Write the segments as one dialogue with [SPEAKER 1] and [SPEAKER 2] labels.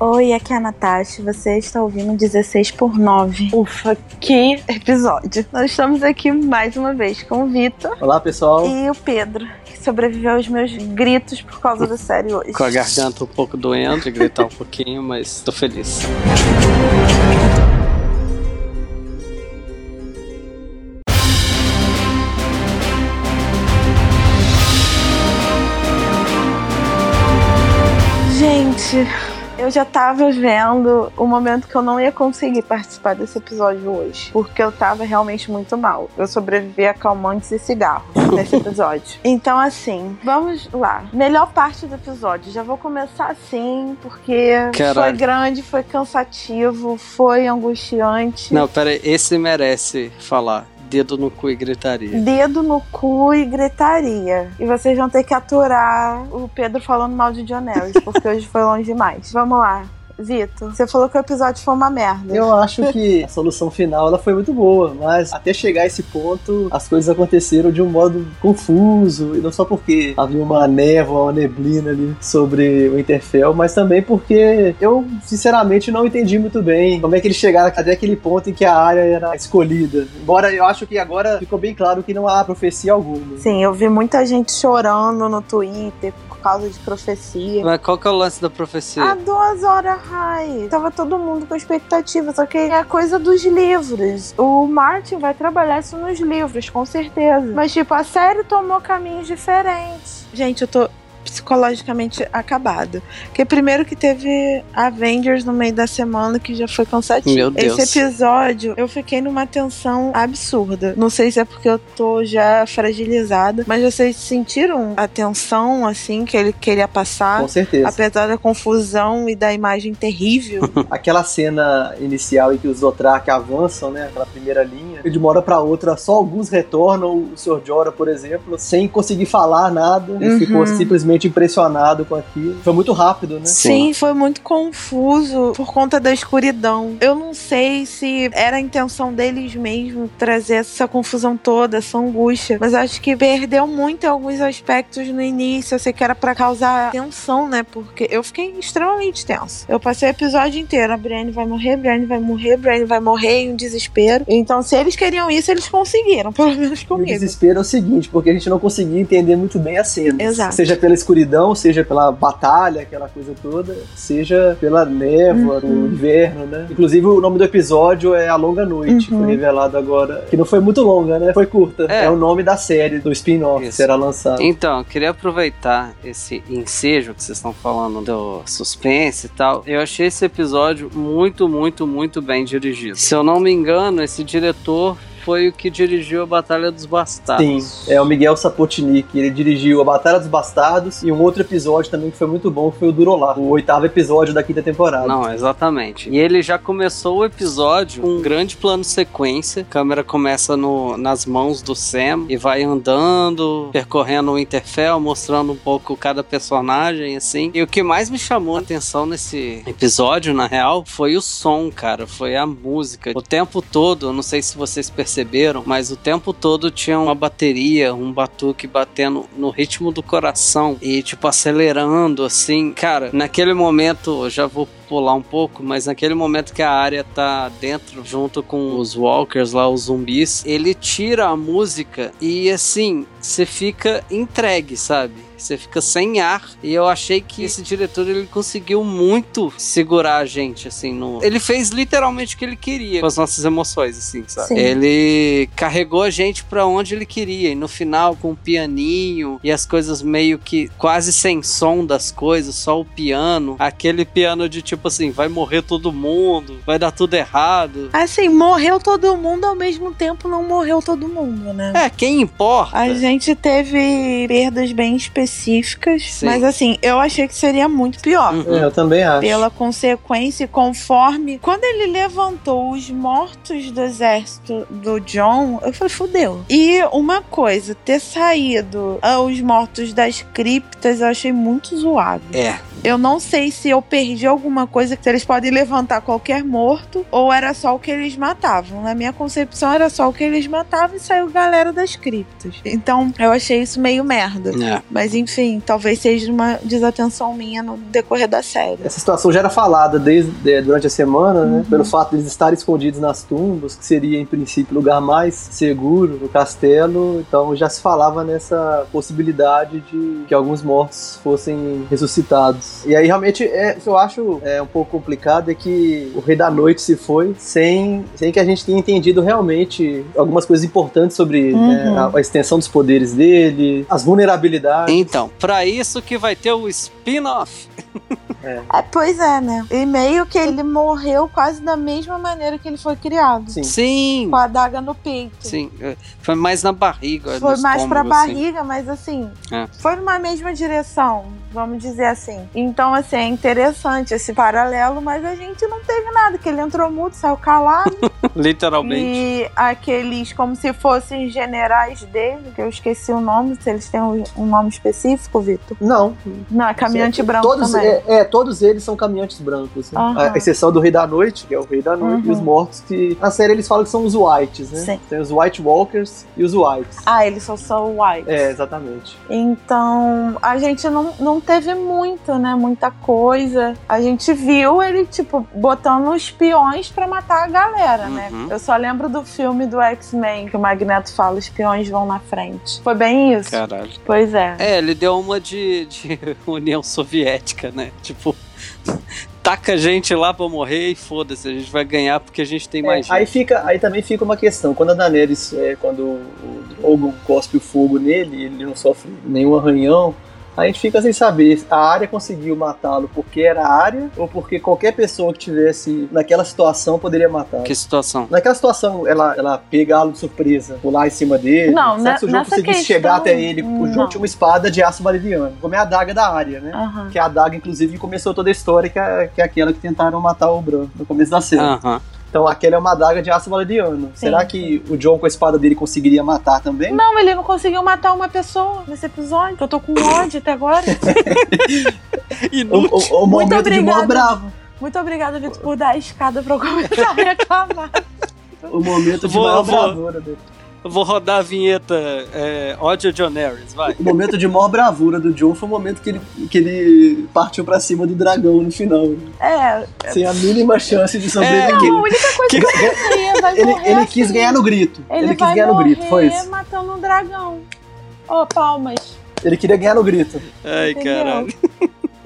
[SPEAKER 1] Oi, aqui é a Natasha. Você está ouvindo 16 por 9. Ufa, que episódio. Nós estamos aqui mais uma vez com o Vitor
[SPEAKER 2] Olá, pessoal.
[SPEAKER 1] e o Pedro, que sobreviveu aos meus gritos por causa da série hoje.
[SPEAKER 2] Com a garganta um pouco doendo, de gritar um pouquinho, mas tô feliz.
[SPEAKER 1] Gente, eu já tava vendo o momento que eu não ia conseguir participar desse episódio hoje, porque eu tava realmente muito mal. Eu sobrevivi a calmantes e cigarro nesse episódio. Então, assim, vamos lá. Melhor parte do episódio. Já vou começar assim, porque foi
[SPEAKER 2] Caralho.
[SPEAKER 1] grande, foi cansativo, foi angustiante.
[SPEAKER 2] Não, pera aí, esse merece falar. Dedo no cu e gritaria.
[SPEAKER 1] Dedo no cu e gritaria. E vocês vão ter que aturar o Pedro falando mal de John Harris, porque hoje foi longe demais. Vamos lá. Vitor, você falou que o episódio foi uma merda.
[SPEAKER 3] Eu acho que a solução final ela foi muito boa, mas até chegar a esse ponto, as coisas aconteceram de um modo confuso, e não só porque havia uma névoa, uma neblina ali sobre o Interfell, mas também porque eu, sinceramente, não entendi muito bem como é que eles chegaram até aquele ponto em que a área era escolhida. Embora eu acho que agora ficou bem claro que não há profecia alguma.
[SPEAKER 1] Sim, eu vi muita gente chorando no Twitter por causa de profecia.
[SPEAKER 2] Mas qual que é o lance da
[SPEAKER 1] Há Ah,
[SPEAKER 2] profecia?
[SPEAKER 1] duas horas, Rai. Tava todo mundo com expectativa, só que é coisa dos livros. O Martin vai trabalhar isso nos livros, com certeza. Mas, tipo, a série tomou caminhos diferentes. Gente, eu tô psicologicamente acabada. Porque primeiro que teve Avengers no meio da semana, que já foi cansativo.
[SPEAKER 2] Meu Deus.
[SPEAKER 1] Esse episódio, eu fiquei numa tensão absurda. Não sei se é porque eu tô já fragilizada, mas vocês sentiram a tensão, assim, que ele queria passar?
[SPEAKER 3] Com certeza.
[SPEAKER 1] Apesar da confusão e da imagem terrível.
[SPEAKER 3] Aquela cena inicial em que os Dothraki avançam, né? Aquela primeira linha. E de uma hora pra outra, só alguns retornam. O Sr. Jorah, por exemplo, sem conseguir falar nada. Ele
[SPEAKER 1] Uhum.
[SPEAKER 3] ficou simplesmente impressionado com aquilo. Foi muito rápido, né?
[SPEAKER 2] Sim.
[SPEAKER 1] Sim, foi muito confuso por conta da escuridão. Eu não sei se era a intenção deles mesmo trazer essa confusão toda, essa angústia, mas acho que perdeu muito em alguns aspectos no início. Eu sei que era pra causar tensão, né? Porque eu fiquei extremamente tensa. Eu passei o episódio inteiro, a Brienne vai morrer, Brienne vai morrer, Brienne vai morrer em um desespero. Então, se eles queriam isso, eles conseguiram, pelo menos
[SPEAKER 3] E O
[SPEAKER 1] comigo.
[SPEAKER 3] desespero é o seguinte, porque a gente não conseguia entender muito bem a cena.
[SPEAKER 1] Exato.
[SPEAKER 3] Seja pela escuridão, seja pela batalha, aquela coisa toda, seja pela névoa,
[SPEAKER 1] Uhum.
[SPEAKER 3] o inverno, né? Inclusive, o nome do episódio é A Longa Noite,
[SPEAKER 1] Uhum.
[SPEAKER 3] foi revelado agora. Que não foi muito longa, né? Foi curta.
[SPEAKER 2] É.
[SPEAKER 3] É, o nome da série, do spin-off que
[SPEAKER 2] Isso.
[SPEAKER 3] será lançado.
[SPEAKER 2] Então, queria aproveitar esse ensejo que vocês estão falando do suspense e tal. Eu achei esse episódio muito, muito, muito bem dirigido. Se eu não me engano, esse diretor foi o que dirigiu a Batalha dos
[SPEAKER 3] Sim,
[SPEAKER 2] Bastardos.
[SPEAKER 3] é o Miguel Sapotnik. Ele dirigiu A Batalha dos Bastardos e um outro episódio também que foi muito bom, que foi o Durolar, o oitavo episódio da quinta temporada.
[SPEAKER 2] Não, exatamente. E ele já começou o episódio com um grande plano sequência. A câmera começa no- nas mãos do Sam e vai andando, percorrendo o Interfell, mostrando um pouco cada personagem, assim. E o que mais me chamou a atenção nesse episódio, na real, foi o som, cara. Foi a música. O tempo todo, eu não sei se vocês perceberam, mas o tempo todo tinha uma bateria, um batuque batendo no ritmo do coração e, tipo, acelerando, assim. Cara, naquele momento, eu já vou pular um pouco, mas naquele momento que a área tá dentro, junto com os walkers lá, os zumbis, ele tira a música e, assim, você fica entregue, sabe? Você fica sem ar. E eu achei que esse diretor ele conseguiu muito segurar a gente, assim. No... Ele fez literalmente o que ele queria com as nossas emoções, assim, sabe?
[SPEAKER 1] Sim.
[SPEAKER 2] Ele carregou a gente pra onde ele queria. E no final, com o pianinho e as coisas meio que quase sem som das coisas, só o piano. Aquele piano de tipo assim: vai morrer todo mundo, vai dar tudo errado.
[SPEAKER 1] Assim, morreu todo mundo ao mesmo tempo, não morreu todo mundo, né?
[SPEAKER 2] É, quem importa?
[SPEAKER 1] A gente teve perdas bem específicas,
[SPEAKER 2] Sim.
[SPEAKER 1] mas assim, eu achei que seria muito pior.
[SPEAKER 2] Uhum.
[SPEAKER 3] É, eu também acho.
[SPEAKER 1] Pela consequência, e conforme. Quando ele levantou os mortos do exército do John, eu falei, fudeu. E uma coisa, ter saído ah, os mortos das criptas, eu achei muito zoado.
[SPEAKER 2] É,
[SPEAKER 1] Eu não sei se eu perdi alguma coisa que eles podem levantar qualquer morto ou era só o que eles matavam. Na minha concepção era só o que eles matavam e saiu galera das criptas. Então eu achei isso meio merda.
[SPEAKER 2] é.
[SPEAKER 1] Mas enfim, talvez seja uma desatenção minha no decorrer da série.
[SPEAKER 3] Essa situação já era falada desde, é, durante a semana, né? Pelo fato deles estarem escondidos nas tumbas, que seria em princípio o lugar mais seguro no castelo. Então já se falava nessa possibilidade de que alguns mortos fossem ressuscitados. E aí realmente é, o que eu acho é, um pouco complicado é que o Rei da Noite se foi sem, sem que a gente tenha entendido realmente algumas coisas importantes sobre
[SPEAKER 1] Uhum.
[SPEAKER 3] né, a, a extensão dos poderes dele, as vulnerabilidades.
[SPEAKER 2] Então, pra isso que vai ter o spin-off.
[SPEAKER 1] É, pois é, né? E meio que ele morreu quase da mesma maneira que ele foi criado.
[SPEAKER 3] Sim.
[SPEAKER 2] Sim.
[SPEAKER 1] Com a adaga no peito.
[SPEAKER 2] Sim, é, foi mais na barriga.
[SPEAKER 1] Foi
[SPEAKER 2] no
[SPEAKER 1] mais pra
[SPEAKER 2] estômago, assim.
[SPEAKER 1] barriga, mas assim,
[SPEAKER 2] É.
[SPEAKER 1] foi numa mesma direção, vamos dizer assim. Então, assim, é interessante esse paralelo, mas a gente não teve nada, que ele entrou mudo, saiu calado.
[SPEAKER 2] Literalmente.
[SPEAKER 1] e aqueles, como se fossem generais dele, que eu esqueci o nome, se eles têm um, um nome específico, Vitor.
[SPEAKER 3] Não.
[SPEAKER 1] Não, é caminhante branco
[SPEAKER 3] todos,
[SPEAKER 1] também.
[SPEAKER 3] é, é, todos eles são caminhantes brancos. Né?
[SPEAKER 1] Aham.
[SPEAKER 3] A exceção do Rei da Noite, que é o Rei da Noite, e os
[SPEAKER 1] Uhum.
[SPEAKER 3] mortos, que na série eles falam que são os Whites, né?
[SPEAKER 1] Sim.
[SPEAKER 3] Tem os White Walkers e os Whites.
[SPEAKER 1] Ah, eles são só whites.
[SPEAKER 3] É, exatamente.
[SPEAKER 1] Então, a gente não, não teve muito, né? Muita coisa. A gente viu ele, tipo, botando os peões pra matar a galera, né?
[SPEAKER 2] Uhum.
[SPEAKER 1] Eu só lembro do filme do X-Men que o Magneto fala: os peões vão na frente. Foi bem isso?
[SPEAKER 2] Caralho.
[SPEAKER 1] Pois é.
[SPEAKER 2] É, ele deu uma de, de União Soviética, né? Tipo, taca a gente lá pra morrer e foda-se, a gente vai ganhar porque a gente tem
[SPEAKER 3] É,
[SPEAKER 2] mais
[SPEAKER 3] aí
[SPEAKER 2] gente.
[SPEAKER 3] fica, aí também fica uma questão. Quando a Daenerys, é, quando o Drogon cospe o fogo nele, ele não sofre nenhum arranhão. A gente fica sem saber, a área conseguiu matá-lo porque era a área ou porque qualquer pessoa que tivesse naquela situação poderia matá-lo.
[SPEAKER 2] Que situação.
[SPEAKER 3] Naquela situação, ela, ela pegá-lo de surpresa, pular em cima dele.
[SPEAKER 1] Não,
[SPEAKER 3] Será que
[SPEAKER 1] ne-
[SPEAKER 3] se o João
[SPEAKER 1] nessa
[SPEAKER 3] conseguisse
[SPEAKER 1] questão,
[SPEAKER 3] chegar até ele, o João
[SPEAKER 1] não.
[SPEAKER 3] tinha uma espada de aço valeriano, como é a adaga da área, né?
[SPEAKER 1] Aham.
[SPEAKER 3] Que é a adaga, inclusive, que começou toda a história, que é, que é aquela que tentaram matar o Bran no começo da série.
[SPEAKER 1] Ah.
[SPEAKER 2] Aham.
[SPEAKER 3] Então aquela é uma adaga de aço valeriano. Será que o John com a espada dele conseguiria matar também?
[SPEAKER 1] Não, ele não conseguiu matar uma pessoa nesse episódio. Eu tô com ódio até agora.
[SPEAKER 3] O,
[SPEAKER 2] Inútil.
[SPEAKER 3] o, o
[SPEAKER 1] Muito
[SPEAKER 3] momento de mó
[SPEAKER 1] obrigada.
[SPEAKER 3] bravo.
[SPEAKER 1] Muito obrigada, Vitor, por dar a escada pra eu começar a reclamar.
[SPEAKER 3] O momento de
[SPEAKER 2] Vou-
[SPEAKER 3] maior
[SPEAKER 2] vou.
[SPEAKER 3] bravura dele.
[SPEAKER 2] Eu Vou rodar a vinheta é, Ódio John Harris, vai.
[SPEAKER 3] O momento de maior bravura do John foi o momento que ele, que ele partiu pra cima do dragão no final.
[SPEAKER 1] É,
[SPEAKER 3] Sem a mínima chance de
[SPEAKER 1] não,
[SPEAKER 3] sobreviver.
[SPEAKER 1] a única coisa que,
[SPEAKER 2] Que-
[SPEAKER 1] eu queria vai
[SPEAKER 3] ele,
[SPEAKER 1] morrer
[SPEAKER 3] ele quis
[SPEAKER 1] assim.
[SPEAKER 3] ganhar no grito. Ele,
[SPEAKER 1] Ele,
[SPEAKER 3] quis
[SPEAKER 1] vai
[SPEAKER 3] ganhar no
[SPEAKER 1] morrer
[SPEAKER 3] grito, foi isso.
[SPEAKER 1] matando um dragão. Ô, palmas.
[SPEAKER 3] Ele queria ganhar no grito.
[SPEAKER 2] Ai,
[SPEAKER 1] Entendeu?
[SPEAKER 2] caralho.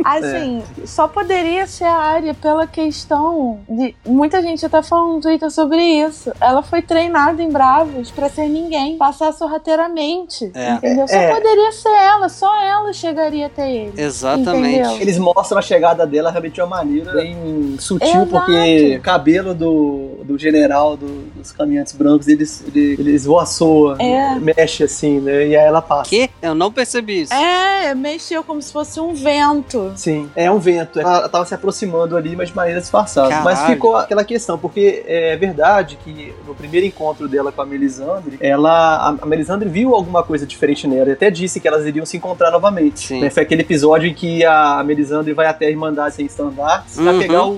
[SPEAKER 1] Assim,
[SPEAKER 3] É.
[SPEAKER 1] só poderia ser a área pela questão de. Muita gente tá falando no Twitter sobre isso. Ela foi treinada em Bravos pra ser ninguém, passar sorrateiramente.
[SPEAKER 2] É.
[SPEAKER 1] Entendeu? Só
[SPEAKER 3] É.
[SPEAKER 1] poderia ser ela, só ela chegaria até ele.
[SPEAKER 2] Exatamente.
[SPEAKER 1] Entendeu?
[SPEAKER 3] Eles mostram a chegada dela realmente de uma maneira bem sutil,
[SPEAKER 1] Exato.
[SPEAKER 3] porque o cabelo do, do general, do- dos caminhantes brancos, eles, ele- eles voaçoam,
[SPEAKER 1] É.
[SPEAKER 3] mexe assim, né? E aí ela passa.
[SPEAKER 2] Que? Eu não percebi isso.
[SPEAKER 1] É, mexeu como se fosse um vento.
[SPEAKER 3] Sim, é um vento. Ela tava se aproximando ali, mas de maneira disfarçada.
[SPEAKER 2] Caralho.
[SPEAKER 3] Mas ficou aquela questão, porque é verdade que no primeiro encontro dela com a Melisandre, ela. A a Melisandre viu alguma coisa diferente nela e até disse que elas iriam se encontrar novamente.
[SPEAKER 2] Sim.
[SPEAKER 3] Né, Foi aquele episódio em que a Melisandre vai até a Irmandade sem estandar pra
[SPEAKER 2] Uhum.
[SPEAKER 3] pegar o,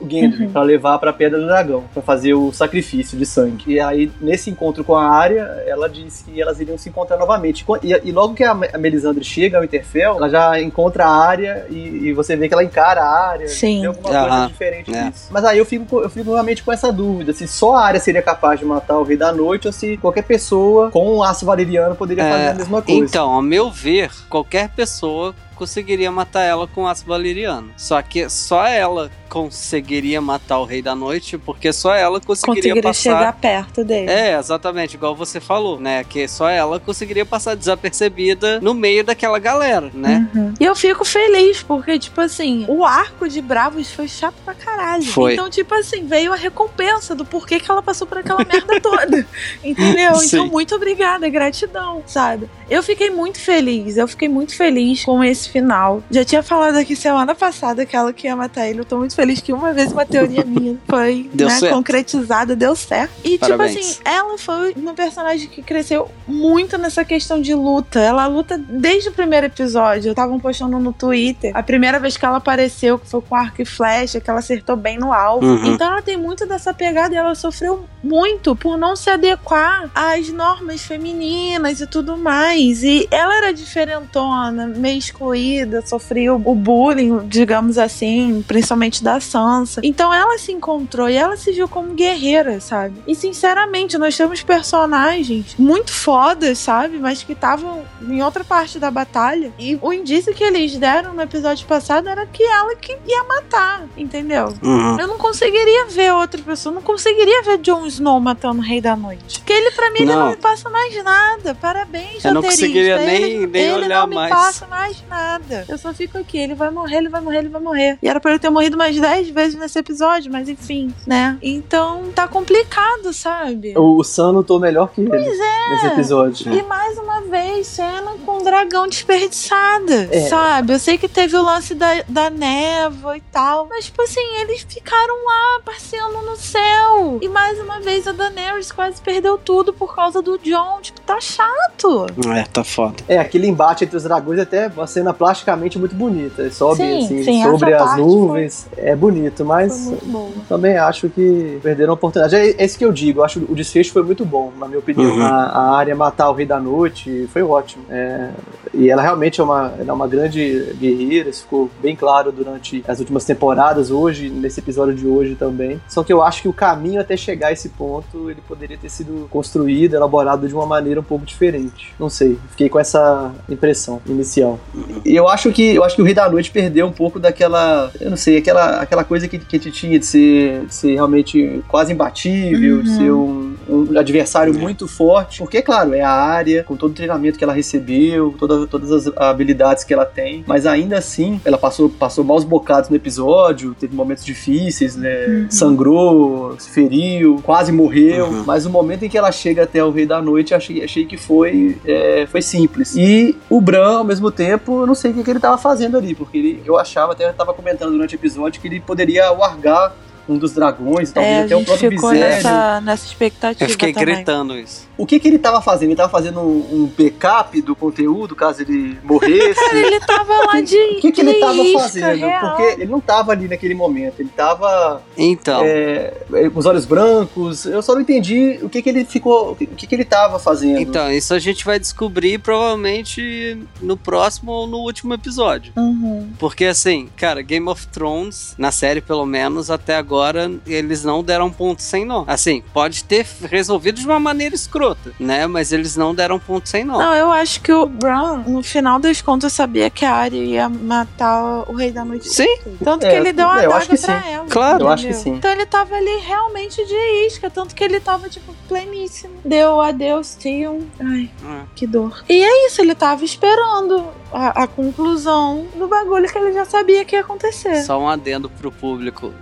[SPEAKER 3] o Gendry,
[SPEAKER 1] Uhum.
[SPEAKER 3] pra levar pra Pedra do Dragão, pra fazer o sacrifício de sangue. E aí, nesse encontro com a Arya, ela disse que elas iriam se encontrar novamente. E, e logo que a Me- a Melisandre chega ao Interfell, ela já encontra a Arya e, e você vê que ela encara a Arya.
[SPEAKER 1] Sim.
[SPEAKER 3] Tem alguma coisa
[SPEAKER 2] Aham.
[SPEAKER 3] diferente
[SPEAKER 2] É.
[SPEAKER 3] disso. Mas aí eu fico, com- eu fico realmente com essa dúvida: se só a Arya seria capaz de matar o Rei da Noite ou se qualquer pessoa com um aço valeriano poderia
[SPEAKER 2] É,
[SPEAKER 3] fazer a mesma coisa.
[SPEAKER 2] Então, ao meu ver, qualquer pessoa conseguiria matar ela com aço valeriano. Só que só ela conseguiria matar o Rei da Noite, porque só ela conseguiria,
[SPEAKER 1] Conseguiria
[SPEAKER 2] passar.
[SPEAKER 1] chegar perto dele.
[SPEAKER 2] É, exatamente, igual você falou, né? Que só ela conseguiria passar desapercebida no meio daquela galera, né?
[SPEAKER 1] E eu fico feliz, porque, tipo assim, o arco de Bravos foi chato pra caralho.
[SPEAKER 2] Foi.
[SPEAKER 1] Então, tipo assim, veio a recompensa do porquê que ela passou por aquela merda toda. Entendeu?
[SPEAKER 2] Sim.
[SPEAKER 1] Então, muito obrigada, gratidão, sabe? Eu fiquei muito feliz, eu fiquei muito feliz com esse esse final. Já tinha falado aqui semana passada que ela que ia matar ele. Eu tô muito feliz que uma vez uma teoria minha foi
[SPEAKER 2] Deu
[SPEAKER 1] né,
[SPEAKER 2] certo.
[SPEAKER 1] concretizada, deu certo. E
[SPEAKER 2] Parabéns.
[SPEAKER 1] tipo assim, ela foi uma personagem que cresceu muito nessa questão de luta. Ela luta desde o primeiro episódio. Eu tava postando no Twitter. A primeira vez que ela apareceu, que foi com arco e flecha, que ela acertou bem no alvo.
[SPEAKER 2] Uhum.
[SPEAKER 1] Então ela tem muito dessa pegada e ela sofreu muito por não se adequar às normas femininas e tudo mais. E ela era diferentona, meio excluída, sofreu o bullying, digamos assim, principalmente da Sansa. Então ela se encontrou e ela se viu como guerreira, sabe? E sinceramente, nós temos personagens muito fodas, sabe? Mas que estavam em outra parte da batalha. E o indício que eles deram no episódio passado era que ela que ia matar, tá, entendeu?
[SPEAKER 2] Uhum.
[SPEAKER 1] Eu não conseguiria ver outra pessoa. Não conseguiria ver Jon Snow matando o Rei da Noite. Porque ele, pra mim, ele
[SPEAKER 2] Não.
[SPEAKER 1] não me passa mais nada. Parabéns,
[SPEAKER 2] Eu não
[SPEAKER 1] roteirista.
[SPEAKER 2] conseguiria
[SPEAKER 1] Ele-
[SPEAKER 2] nem- nem
[SPEAKER 1] ele
[SPEAKER 2] olhar
[SPEAKER 1] não me
[SPEAKER 2] mais.
[SPEAKER 1] passa mais nada. Eu só fico aqui. Ele vai morrer, ele vai morrer, ele vai morrer. E era pra ele ter morrido mais 10 vezes nesse episódio, mas enfim, né? Então tá complicado, sabe?
[SPEAKER 3] O o Sam lutou melhor que ele nesse episódio.
[SPEAKER 1] É.
[SPEAKER 3] né?
[SPEAKER 1] E mais uma vez, cena com o dragão desperdiçada,
[SPEAKER 3] É.
[SPEAKER 1] sabe? Eu sei que teve o lance da, da névoa e tal, mas, tipo assim, eles ficaram lá passeando no céu. E mais uma vez, a Daenerys quase perdeu tudo por causa do John. Tipo, tá chato.
[SPEAKER 2] É, tá foda.
[SPEAKER 3] É, aquele embate entre os dragões é até uma cena plasticamente muito bonita. Sobe
[SPEAKER 1] Sim,
[SPEAKER 3] assim,
[SPEAKER 1] sim,
[SPEAKER 3] sobre
[SPEAKER 1] essa
[SPEAKER 3] as
[SPEAKER 1] parte
[SPEAKER 3] nuvens. É bonito,
[SPEAKER 1] Foi
[SPEAKER 3] mas
[SPEAKER 1] muito boa.
[SPEAKER 3] também acho que perderam a oportunidade. É isso que eu digo, eu acho que o desfecho foi muito bom, na minha opinião.
[SPEAKER 2] Uhum.
[SPEAKER 3] A, a área matar o Rei da Noite foi ótimo. É, e ela realmente é uma, ela é uma grande guerreira, isso ficou bem claro durante as últimas temporadas, hoje, nesse episódio de hoje também. Só que eu acho que o caminho até chegar a esse ponto, ele poderia ter sido construído, elaborado de uma maneira um pouco diferente. Não sei, fiquei com essa impressão inicial. E eu acho que eu acho que o Rei da Noite perdeu um pouco daquela, eu não sei, aquela, aquela coisa que, que a gente tinha de ser, de ser realmente quase imbatível, de
[SPEAKER 1] Uhum.
[SPEAKER 3] ser um, um adversário
[SPEAKER 2] É.
[SPEAKER 3] muito forte. Porque, é claro, é a área, com todo o treinamento que ela recebeu, toda, todas as habilidades que ela tem. Mas ainda assim, ela passou, passou maus bocados no episódio, teve momentos difíceis, né? Sangrou, se feriu, quase morreu.
[SPEAKER 2] Uhum.
[SPEAKER 3] Mas o momento em que ela chega até o Rei da Noite, achei, achei que foi, é, foi simples. E o Bran, ao mesmo tempo, eu não sei o que, que ele tava fazendo ali, porque ele, eu achava, até estava comentando durante o episódio, que ele poderia largar um dos dragões, talvez
[SPEAKER 1] É, a
[SPEAKER 3] até o
[SPEAKER 1] gente
[SPEAKER 3] próprio
[SPEAKER 1] ficou
[SPEAKER 3] Bizércio.
[SPEAKER 1] nessa, nessa expectativa
[SPEAKER 2] Eu fiquei
[SPEAKER 1] também.
[SPEAKER 2] gritando isso.
[SPEAKER 3] O que, que ele tava fazendo? Ele tava fazendo um, um backup do conteúdo, caso ele morresse?
[SPEAKER 1] Cara, ele tava lá de
[SPEAKER 3] o que, que ele tava
[SPEAKER 1] isca,
[SPEAKER 3] fazendo?
[SPEAKER 1] real.
[SPEAKER 3] Porque ele não tava ali naquele momento, ele tava
[SPEAKER 2] Então,
[SPEAKER 3] é, é, com os olhos brancos. Eu só não entendi o que, que ele ficou. O que, o que que ele tava fazendo.
[SPEAKER 2] então, isso a gente vai descobrir provavelmente no próximo ou no último episódio.
[SPEAKER 1] Uhum.
[SPEAKER 2] Porque assim, cara, Game of Thrones, na série pelo menos, até agora, eles não deram ponto sem nó. Assim, pode ter f- resolvido de uma maneira escrota, né? Mas eles não deram ponto sem nó.
[SPEAKER 1] Não, eu acho que o Bran, no final das contas, sabia que a Arya ia matar o Rei da Noite.
[SPEAKER 2] Sim.
[SPEAKER 1] Tanto
[SPEAKER 3] É,
[SPEAKER 1] que ele deu uma
[SPEAKER 3] é, eu
[SPEAKER 1] adaga
[SPEAKER 3] acho que
[SPEAKER 1] pra ela.
[SPEAKER 2] Claro.
[SPEAKER 3] Eu acho
[SPEAKER 1] entendeu?
[SPEAKER 3] que sim.
[SPEAKER 1] Então ele tava ali realmente de isca, tanto que ele tava, tipo, pleníssimo. Deu adeus, Tion. Ai,
[SPEAKER 2] É.
[SPEAKER 1] que dor. E é isso, ele tava esperando a, a conclusão do bagulho que ele já sabia que ia
[SPEAKER 3] É.
[SPEAKER 1] acontecer.
[SPEAKER 2] Só um adendo pro público.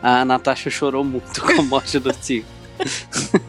[SPEAKER 2] A Natasha chorou muito com a morte do Tio.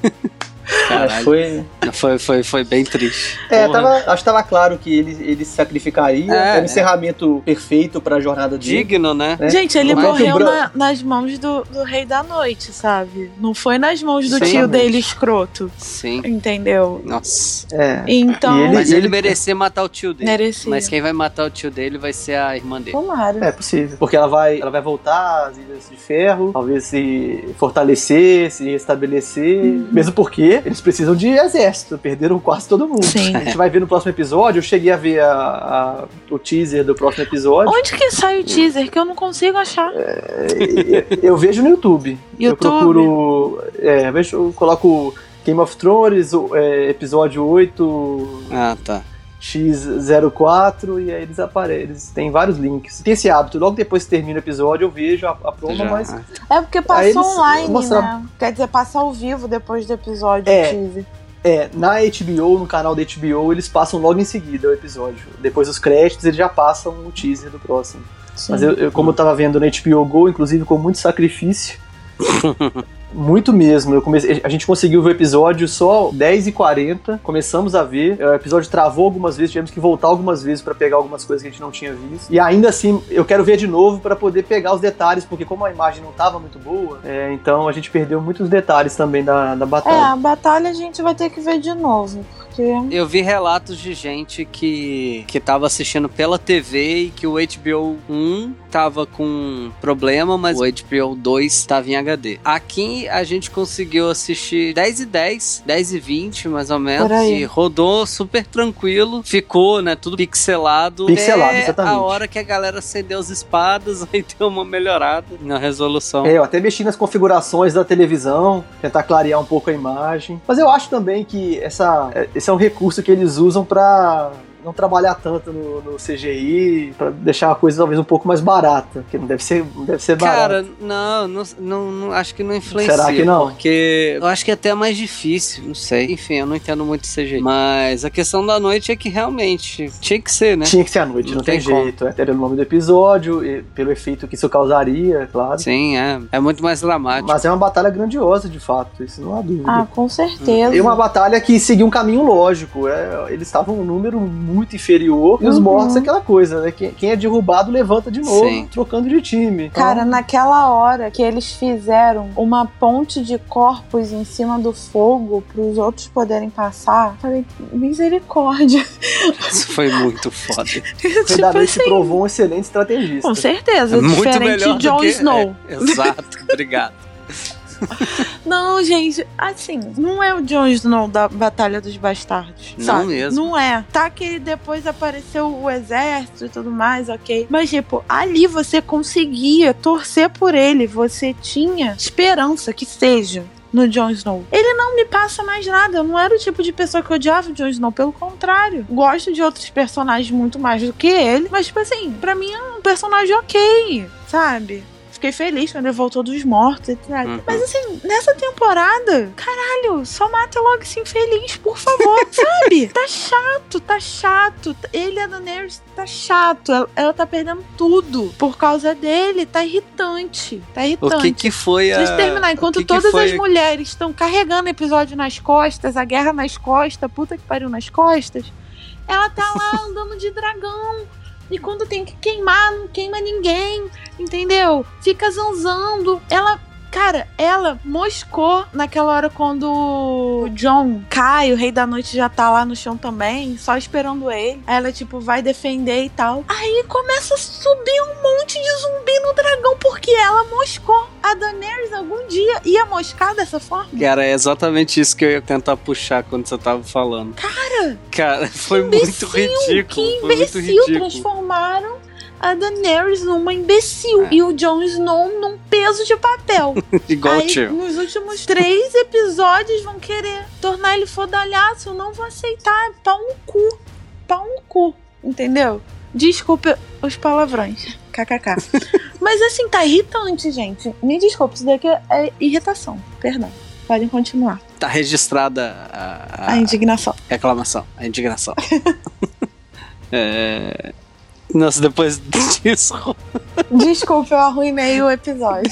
[SPEAKER 3] Mas
[SPEAKER 2] Caralho,
[SPEAKER 3] foi.
[SPEAKER 2] foi, foi, foi bem triste.
[SPEAKER 3] É,
[SPEAKER 2] Porra.
[SPEAKER 3] tava, acho que tava claro que ele, ele se sacrificaria.
[SPEAKER 2] É,
[SPEAKER 3] era
[SPEAKER 2] é.
[SPEAKER 3] um encerramento perfeito pra jornada dele.
[SPEAKER 2] Digno, né?
[SPEAKER 3] É.
[SPEAKER 1] Gente, ele
[SPEAKER 2] Mas o
[SPEAKER 1] morreu
[SPEAKER 3] Bran-
[SPEAKER 1] na- nas mãos do, do Rei da Noite, sabe? Não foi nas mãos do tio
[SPEAKER 3] Exatamente.
[SPEAKER 1] dele escroto,
[SPEAKER 2] Sim.
[SPEAKER 1] entendeu?
[SPEAKER 2] Nossa.
[SPEAKER 3] É.
[SPEAKER 1] Então,
[SPEAKER 3] E
[SPEAKER 2] Mas ele
[SPEAKER 3] ele-
[SPEAKER 2] merecia matar o tio dele.
[SPEAKER 1] merecia.
[SPEAKER 2] Mas quem vai matar o tio dele vai ser a irmã dele.
[SPEAKER 1] Tomara.
[SPEAKER 3] É possível. Porque ela vai, ela vai voltar às Ilhas de Ferro, talvez se fortalecer, se restabelecer. Mesmo porque eles precisam de exército, perderam quase todo mundo.
[SPEAKER 1] Sim.
[SPEAKER 3] A gente vai ver no próximo episódio. Eu cheguei a ver a- a- o teaser do próximo episódio.
[SPEAKER 1] Onde que sai o teaser? Que eu não consigo achar.
[SPEAKER 3] Eu- eu vejo no YouTube. Eu
[SPEAKER 1] YouTube?
[SPEAKER 3] procuro. É, eu vejo, eu coloco Game of Thrones, o- é, episódio 8.
[SPEAKER 2] Ah, tá.
[SPEAKER 3] X04 e aí eles aparecem, eles têm vários links. Tem esse hábito, logo depois que termina o episódio eu vejo a, a promo,
[SPEAKER 2] Já.
[SPEAKER 3] mas
[SPEAKER 1] É porque
[SPEAKER 3] Aí eles
[SPEAKER 1] passou online,
[SPEAKER 3] mostraram.
[SPEAKER 1] né? Quer dizer, passa ao vivo depois do episódio
[SPEAKER 3] É.
[SPEAKER 1] do teaser.
[SPEAKER 3] é, na HBO, no canal da HBO, eles passam logo em seguida o episódio. Depois dos créditos eles já passam o teaser do próximo. Mas eu, eu- como eu tava vendo na HBO Go, inclusive com muito sacrifício, Muito mesmo. Eu comecei, a gente conseguiu ver o episódio só 10h40. Começamos a ver. é, O episódio travou algumas vezes, tivemos que voltar algumas vezes para pegar algumas coisas que a gente não tinha visto. E ainda assim, eu quero ver de novo para poder pegar os detalhes, porque como a imagem não tava muito boa, é, então a gente perdeu muitos detalhes também da, da
[SPEAKER 1] É,
[SPEAKER 3] batalha.
[SPEAKER 1] a batalha a gente vai ter que ver de novo, porque.
[SPEAKER 2] Eu vi relatos de gente que, que tava assistindo pela TV e que o HBO 1 tava com problema, mas o HBO 2 tava em HD. Aqui a gente conseguiu assistir 10 e 10, 10 e 20 mais ou menos,
[SPEAKER 1] Por aí.
[SPEAKER 2] e rodou super tranquilo, ficou, né, tudo pixelado.
[SPEAKER 3] Pixelado,
[SPEAKER 2] até
[SPEAKER 3] exatamente.
[SPEAKER 2] a hora que a galera acendeu as espadas, aí deu uma melhorada na resolução.
[SPEAKER 3] É, eu até mexi nas configurações da televisão, tentar clarear um pouco a imagem. Mas eu acho também que essa, é- esse é um recurso que eles usam pra não trabalhar tanto no, no CGI, pra deixar a coisa talvez um pouco mais barata, que não deve ser, não deve ser barata.
[SPEAKER 2] Cara, não, não, não, não- acho que não influencia.
[SPEAKER 3] Será que não?
[SPEAKER 2] Porque eu acho que é até mais difícil, não sei. Enfim, eu não entendo muito esse jeito. Mas a questão da noite é que realmente tinha que ser, né?
[SPEAKER 3] Tinha que ser à noite, não,
[SPEAKER 2] Não
[SPEAKER 3] tem,
[SPEAKER 2] tem como.
[SPEAKER 3] jeito. É, Era o nome do episódio, e pelo efeito que isso causaria, claro.
[SPEAKER 2] Sim, é. É muito mais dramático.
[SPEAKER 3] Mas é uma batalha grandiosa, de fato, isso não há dúvida.
[SPEAKER 1] Ah, com certeza.
[SPEAKER 3] E uma batalha que seguiu um caminho lógico. é, eles estavam um número muito inferior. E os
[SPEAKER 1] Uhum.
[SPEAKER 3] mortos é aquela coisa, né? Quem, quem é derrubado levanta de novo,
[SPEAKER 2] Sim.
[SPEAKER 3] trocando de time. Então,
[SPEAKER 1] Cara, naquela hora que eles fizeram uma ponte de corpos em cima do fogo para os outros poderem passar, eu falei, misericórdia.
[SPEAKER 2] Isso foi muito foda.
[SPEAKER 1] tipo
[SPEAKER 3] Redanei se
[SPEAKER 1] assim,
[SPEAKER 3] provou um excelente estrategista.
[SPEAKER 1] com certeza,
[SPEAKER 2] É muito
[SPEAKER 1] diferente
[SPEAKER 2] melhor
[SPEAKER 1] de Jon
[SPEAKER 2] do que...
[SPEAKER 1] Snow.
[SPEAKER 2] é, exato, obrigado.
[SPEAKER 1] Não, gente, assim, não é o Jon Snow da Batalha dos Bastardos.
[SPEAKER 2] Não
[SPEAKER 1] sabe?
[SPEAKER 2] mesmo.
[SPEAKER 1] Não é. Tá que depois apareceu o exército e tudo mais, ok. Mas, tipo, ali você conseguia torcer por ele. Você tinha esperança que seja. No Jon Snow. Ele não me passa mais nada. Eu não era o tipo de pessoa que odiava o Jon Snow. Pelo contrário. Gosto de outros personagens muito mais do que ele. Mas, tipo assim, pra mim é um personagem ok. Sabe? Fiquei feliz quando ele voltou dos mortos, etc.
[SPEAKER 2] Uhum.
[SPEAKER 1] Mas assim, nessa temporada, caralho, só mata logo esse infeliz, por favor, sabe? Tá chato, tá chato. Ele é da Daenerys, tá chato. Ela, ela tá perdendo tudo por causa dele. Tá irritante. Tá
[SPEAKER 2] O
[SPEAKER 1] irritante.
[SPEAKER 2] que que foi a...
[SPEAKER 1] Deixa eu terminar. Enquanto
[SPEAKER 2] o que que
[SPEAKER 1] todas
[SPEAKER 2] foi
[SPEAKER 1] as mulheres estão carregando episódio nas costas, a guerra nas costas, puta que pariu nas costas, ela tá lá andando de dragão. E quando tem que queimar, não queima ninguém, entendeu? Fica zanzando. Ela. Cara, ela moscou naquela hora quando o John cai, o Rei da Noite já tá lá no chão também, só esperando ele. Aí Ela, tipo, vai defender e tal. Aí começa a subir um monte de zumbi no dragão, porque ela moscou. A Daenerys algum dia ia moscar dessa forma?
[SPEAKER 2] Cara, é exatamente isso que eu ia tentar puxar quando você tava falando. Cara! Cara, foi muito
[SPEAKER 1] imbecil,
[SPEAKER 2] ridículo.
[SPEAKER 1] Que
[SPEAKER 2] foi muito
[SPEAKER 1] imbecil!
[SPEAKER 2] ridículo.
[SPEAKER 1] Transformaram a Daenerys numa imbecil
[SPEAKER 2] É.
[SPEAKER 1] e o Jon Snow num peso de papel.
[SPEAKER 2] Igual o
[SPEAKER 1] Aí,
[SPEAKER 2] tio.
[SPEAKER 1] nos últimos três episódios vão querer tornar ele fodalhaço. Eu não vou aceitar. Pau no cu. Pau no cu. Entendeu? Desculpe os palavrões. KKK. Mas assim, tá irritante, gente. Me desculpe, isso daqui é irritação. Perdão. Podem continuar.
[SPEAKER 2] Tá registrada a,
[SPEAKER 1] A
[SPEAKER 2] a
[SPEAKER 1] indignação.
[SPEAKER 2] reclamação, a indignação. É, Nossa, depois disso
[SPEAKER 1] Desculpe, eu arruinei o episódio.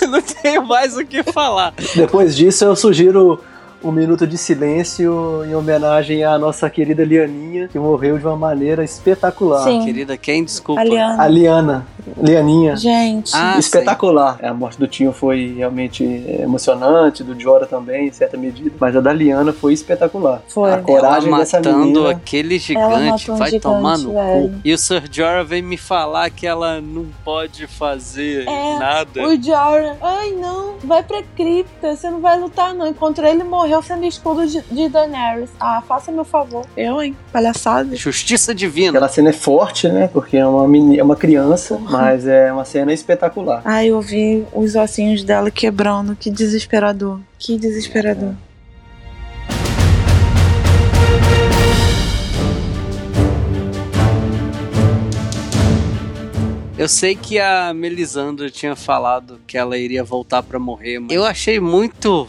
[SPEAKER 2] eu não tenho mais o que falar.
[SPEAKER 3] Depois disso, eu sugiro um minuto de silêncio em homenagem à nossa querida Lianinha, que morreu de uma maneira
[SPEAKER 2] Ah,
[SPEAKER 3] espetacular.
[SPEAKER 1] Sim.
[SPEAKER 2] Querida, quem desculpa?
[SPEAKER 1] Aliana.
[SPEAKER 3] A Liana, Lianinha.
[SPEAKER 1] Gente.
[SPEAKER 2] Ah, sim.
[SPEAKER 3] espetacular. A morte do Tinho foi realmente é, emocionante, do Jora também, em certa medida, mas a da Liana foi espetacular.
[SPEAKER 1] Foi.
[SPEAKER 3] A coragem
[SPEAKER 2] Ela
[SPEAKER 3] dessa
[SPEAKER 2] matando
[SPEAKER 3] menina.
[SPEAKER 2] aquele
[SPEAKER 1] Ela
[SPEAKER 2] gigante,
[SPEAKER 1] matou um
[SPEAKER 2] vai
[SPEAKER 1] gigante,
[SPEAKER 2] tomar no
[SPEAKER 1] velho.
[SPEAKER 2] cu. E o Sir Jorah vem me falar que ela não pode fazer
[SPEAKER 1] É,
[SPEAKER 2] nada.
[SPEAKER 1] O Jorah, ai não, vai pra cripta, você não vai lutar não. Encontrei ele morreu sendo escudo de, de Daenerys. Ah, faça meu favor. Eu, hein? Palhaçada.
[SPEAKER 2] Justiça divina.
[SPEAKER 3] Aquela cena é forte, né? Porque é uma, meni- é uma criança, mas é uma cena espetacular.
[SPEAKER 1] Ai, eu vi os ossinhos dela quebrando. Que desesperador. Que desesperador.
[SPEAKER 2] Eu sei que a Melisandre tinha falado que ela iria voltar pra morrer, mas eu achei muito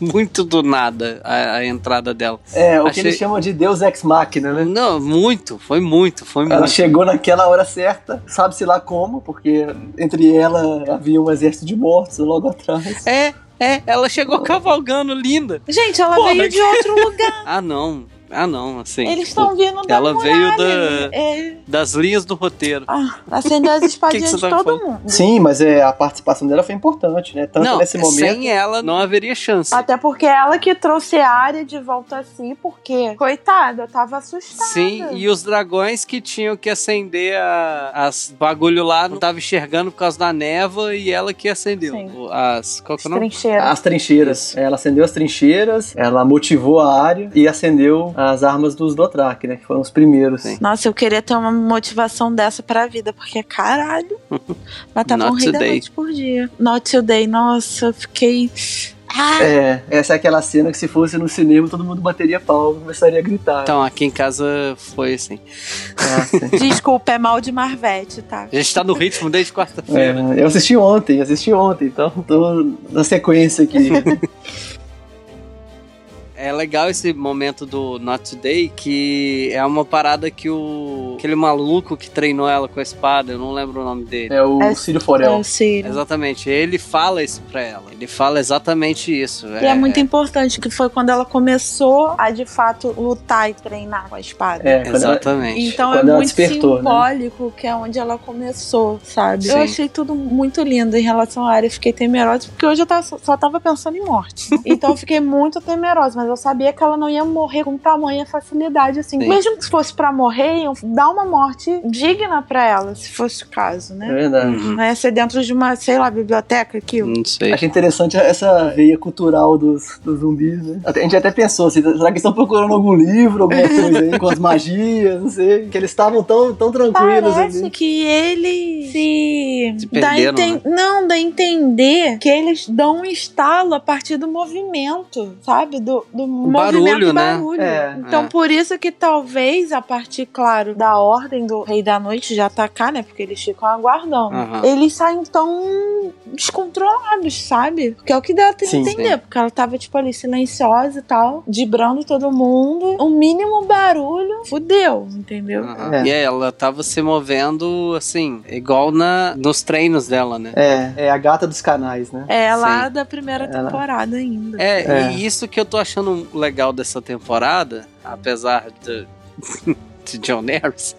[SPEAKER 2] muito do nada a, a entrada dela.
[SPEAKER 3] É, o
[SPEAKER 2] Achei-
[SPEAKER 3] que eles chamam de Deus Ex Machina, né?
[SPEAKER 2] Não, muito, foi muito, foi
[SPEAKER 3] Ela
[SPEAKER 2] muito.
[SPEAKER 3] chegou naquela hora certa, sabe-se lá como, porque entre ela havia um exército de mortos logo atrás.
[SPEAKER 2] É, é, ela chegou cavalgando, linda.
[SPEAKER 1] Gente, ela
[SPEAKER 2] Porra,
[SPEAKER 1] veio de outro lugar.
[SPEAKER 2] Ah, não, ah, não, assim.
[SPEAKER 1] Eles estão vindo da
[SPEAKER 2] Ela veio
[SPEAKER 1] muralha.
[SPEAKER 2] da-
[SPEAKER 1] É,
[SPEAKER 2] Das linhas do roteiro.
[SPEAKER 1] ah, acendeu as espadinhas
[SPEAKER 2] Que que você
[SPEAKER 1] de
[SPEAKER 2] tá
[SPEAKER 1] todo
[SPEAKER 2] falando?
[SPEAKER 1] mundo.
[SPEAKER 3] Sim, mas é, a participação dela foi importante, né? Tanto
[SPEAKER 2] não, é
[SPEAKER 3] nesse momento.
[SPEAKER 2] sem ela Tá não haveria chance.
[SPEAKER 1] Até porque ela que trouxe a área de volta a si, porque, coitada, eu tava assustada.
[SPEAKER 2] Sim, e os dragões que tinham que acender a- as bagulho lá não tava enxergando por causa da neva e ela que acendeu.
[SPEAKER 1] Sim.
[SPEAKER 2] O- As. Qual que é o nome?
[SPEAKER 1] Trincheira.
[SPEAKER 3] As trincheiras. Ela acendeu as trincheiras, ela motivou a área e acendeu as armas dos Dothraki, né? Que foram os primeiros.
[SPEAKER 2] Sim.
[SPEAKER 1] Nossa, eu queria ter uma motivação dessa pra vida, porque caralho. Matava um
[SPEAKER 2] Not
[SPEAKER 1] rei da
[SPEAKER 2] today.
[SPEAKER 1] noite por dia. Not today, nossa, eu fiquei. Ah,
[SPEAKER 3] É, essa é aquela cena que se fosse no cinema todo mundo bateria pau e começaria a gritar.
[SPEAKER 2] Então, aqui em casa foi assim.
[SPEAKER 3] Ah, sim.
[SPEAKER 1] desculpa, é mal de Marvete, tá?
[SPEAKER 2] A gente tá no ritmo desde quarta-feira.
[SPEAKER 3] É, eu assisti ontem, assisti ontem, então tô na sequência aqui.
[SPEAKER 2] É legal esse momento do Not Today, que é uma parada que o. aquele maluco que treinou ela com a espada, eu não lembro o nome dele.
[SPEAKER 3] É o
[SPEAKER 1] É-
[SPEAKER 3] Círio
[SPEAKER 1] Eu
[SPEAKER 3] Forel.
[SPEAKER 1] sei.
[SPEAKER 2] Exatamente, ele fala isso pra ela. Ele fala exatamente isso.
[SPEAKER 1] E é muito importante que foi quando ela começou a de fato lutar e treinar com a espada.
[SPEAKER 3] É, quando ela-
[SPEAKER 2] Exatamente.
[SPEAKER 1] Então
[SPEAKER 3] Quando
[SPEAKER 1] é
[SPEAKER 3] ela
[SPEAKER 1] muito
[SPEAKER 3] despertou, né?
[SPEAKER 1] simbólico que é onde ela começou, sabe? Eu
[SPEAKER 2] Sim.
[SPEAKER 1] achei tudo muito lindo em relação à área. Fiquei temerosa, porque hoje eu tava- só- só tava pensando em morte. então eu fiquei muito temerosa, mas eu sabia que ela não ia morrer com tamanha facilidade, assim.
[SPEAKER 2] Sim.
[SPEAKER 1] Mesmo que fosse pra morrer, iam dar uma morte digna pra ela, se fosse o caso,
[SPEAKER 3] É
[SPEAKER 1] né?
[SPEAKER 3] verdade.
[SPEAKER 2] Uhum.
[SPEAKER 1] Não ia ser dentro de uma, sei lá, biblioteca aquilo.
[SPEAKER 2] Não sei.
[SPEAKER 3] Achei interessante essa veia cultural dos, dos zumbis, né? Até- a gente até pensou, assim, será que eles estão procurando algum livro, alguma coisa aí, com as magias, não sei. Que eles estavam tão, tão tranquilos
[SPEAKER 1] Parece
[SPEAKER 3] ali.
[SPEAKER 1] que eles se,
[SPEAKER 2] Se
[SPEAKER 1] dá a
[SPEAKER 2] perderam, né?
[SPEAKER 1] enten- não dá a entender que eles dão um estalo a partir do movimento, sabe? Do, do
[SPEAKER 2] barulho,
[SPEAKER 1] movimento
[SPEAKER 2] né?
[SPEAKER 1] barulho.
[SPEAKER 3] É,
[SPEAKER 1] então
[SPEAKER 2] é.
[SPEAKER 1] por isso que talvez a partir, claro, da ordem do Rei da Noite de atacar, né? Porque eles ficam aguardando.
[SPEAKER 2] Aham.
[SPEAKER 1] Eles saem tão descontrolados, sabe? Porque é o que dá a te-
[SPEAKER 3] Sim,
[SPEAKER 1] entender.
[SPEAKER 2] sim.
[SPEAKER 1] Porque ela tava, tipo, ali silenciosa e tal, dibrando todo mundo. O mínimo barulho, fudeu, entendeu?
[SPEAKER 2] Aham.
[SPEAKER 3] É.
[SPEAKER 2] E aí ela tava se movendo assim, igual na, nos treinos dela, né?
[SPEAKER 3] É, é a gata dos canais, né?
[SPEAKER 1] É lá
[SPEAKER 2] Sim.
[SPEAKER 1] da primeira
[SPEAKER 3] Ela-
[SPEAKER 1] temporada ainda.
[SPEAKER 2] É,
[SPEAKER 3] É.
[SPEAKER 2] e isso que eu tô achando legal dessa temporada, apesar de, de John Harris,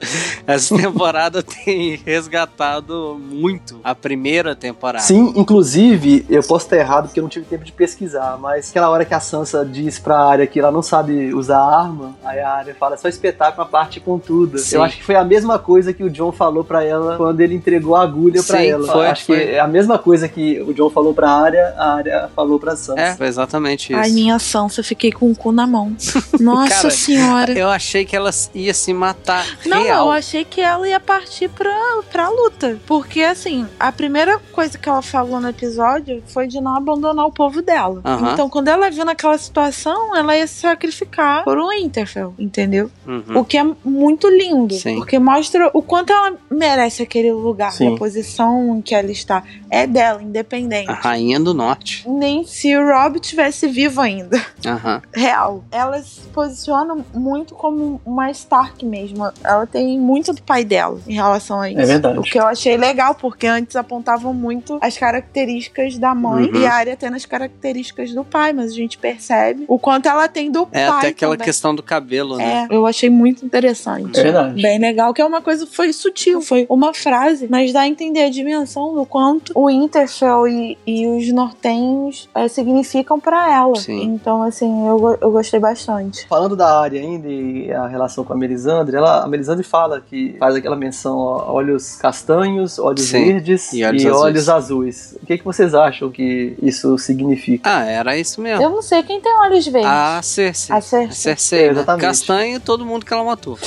[SPEAKER 2] essa temporada tem resgatado muito a primeira temporada.
[SPEAKER 3] Sim, inclusive, eu posso estar errado porque eu não tive tempo de pesquisar, mas aquela hora que a Sansa diz pra área que ela não sabe usar arma, aí a área fala "É só espetar com a parte pontuda.
[SPEAKER 2] Sim.
[SPEAKER 3] Eu acho que foi a mesma coisa que o John falou pra ela quando ele entregou a agulha pra
[SPEAKER 2] Sim,
[SPEAKER 3] ela.
[SPEAKER 2] foi,
[SPEAKER 3] acho
[SPEAKER 2] foi.
[SPEAKER 3] que é a mesma coisa que o John falou pra área, a área falou pra Sansa.
[SPEAKER 2] É, foi exatamente isso.
[SPEAKER 1] Ai, minha Sansa, fiquei com o cu na mão. Nossa
[SPEAKER 2] Cara,
[SPEAKER 1] senhora.
[SPEAKER 2] Eu achei que ela ia se matar
[SPEAKER 1] Não,
[SPEAKER 2] é real.
[SPEAKER 1] eu achei que ela ia partir pra, pra luta. Porque, assim, a primeira coisa que ela falou no episódio foi de não abandonar o povo dela.
[SPEAKER 2] Aham.
[SPEAKER 1] Então, quando ela viu naquela situação, ela ia se sacrificar por um Interfell, entendeu?
[SPEAKER 2] Uhum.
[SPEAKER 1] O que é muito lindo,
[SPEAKER 2] Sim.
[SPEAKER 1] porque mostra o quanto ela merece aquele lugar,
[SPEAKER 3] Sim.
[SPEAKER 1] a posição em que ela está. É dela, independente.
[SPEAKER 2] A rainha do norte.
[SPEAKER 1] Nem se o Rob tivesse vivo ainda.
[SPEAKER 2] Aham.
[SPEAKER 1] real. Ela se posiciona muito como uma Stark mesmo. Ela tem muito do pai dela em relação a isso.
[SPEAKER 3] É verdade.
[SPEAKER 1] O que eu achei legal, porque antes apontavam muito as características da mãe
[SPEAKER 2] Uhum.
[SPEAKER 1] e a área tendo as características do pai, mas a gente percebe o quanto ela tem do
[SPEAKER 2] É
[SPEAKER 1] pai.
[SPEAKER 2] até aquela
[SPEAKER 1] também.
[SPEAKER 2] questão do cabelo, né?
[SPEAKER 1] É, eu achei muito interessante.
[SPEAKER 3] É verdade.
[SPEAKER 1] Bem legal, que é uma coisa foi sutil, foi uma frase, mas dá a entender a dimensão do quanto o Interfell e, e os nortenhos eh, significam pra ela.
[SPEAKER 2] Sim.
[SPEAKER 1] Então, assim, eu, go- eu gostei bastante.
[SPEAKER 3] Falando da área ainda e a relação com a Melisandre, ela, a Melisandre fala que faz aquela menção a olhos castanhos, olhos
[SPEAKER 2] Sim,
[SPEAKER 3] verdes
[SPEAKER 2] e
[SPEAKER 3] e
[SPEAKER 2] olhos
[SPEAKER 3] olhos,
[SPEAKER 2] azuis.
[SPEAKER 3] azuis. O que, que vocês acham que isso significa?
[SPEAKER 2] Ah, era isso mesmo.
[SPEAKER 1] Eu não Ah, sei quem tem olhos verdes.
[SPEAKER 2] A Cersei.
[SPEAKER 1] A Cersei.
[SPEAKER 2] Cersei,
[SPEAKER 3] É,
[SPEAKER 2] né?
[SPEAKER 3] exatamente.
[SPEAKER 2] Castanho, todo mundo que ela matou.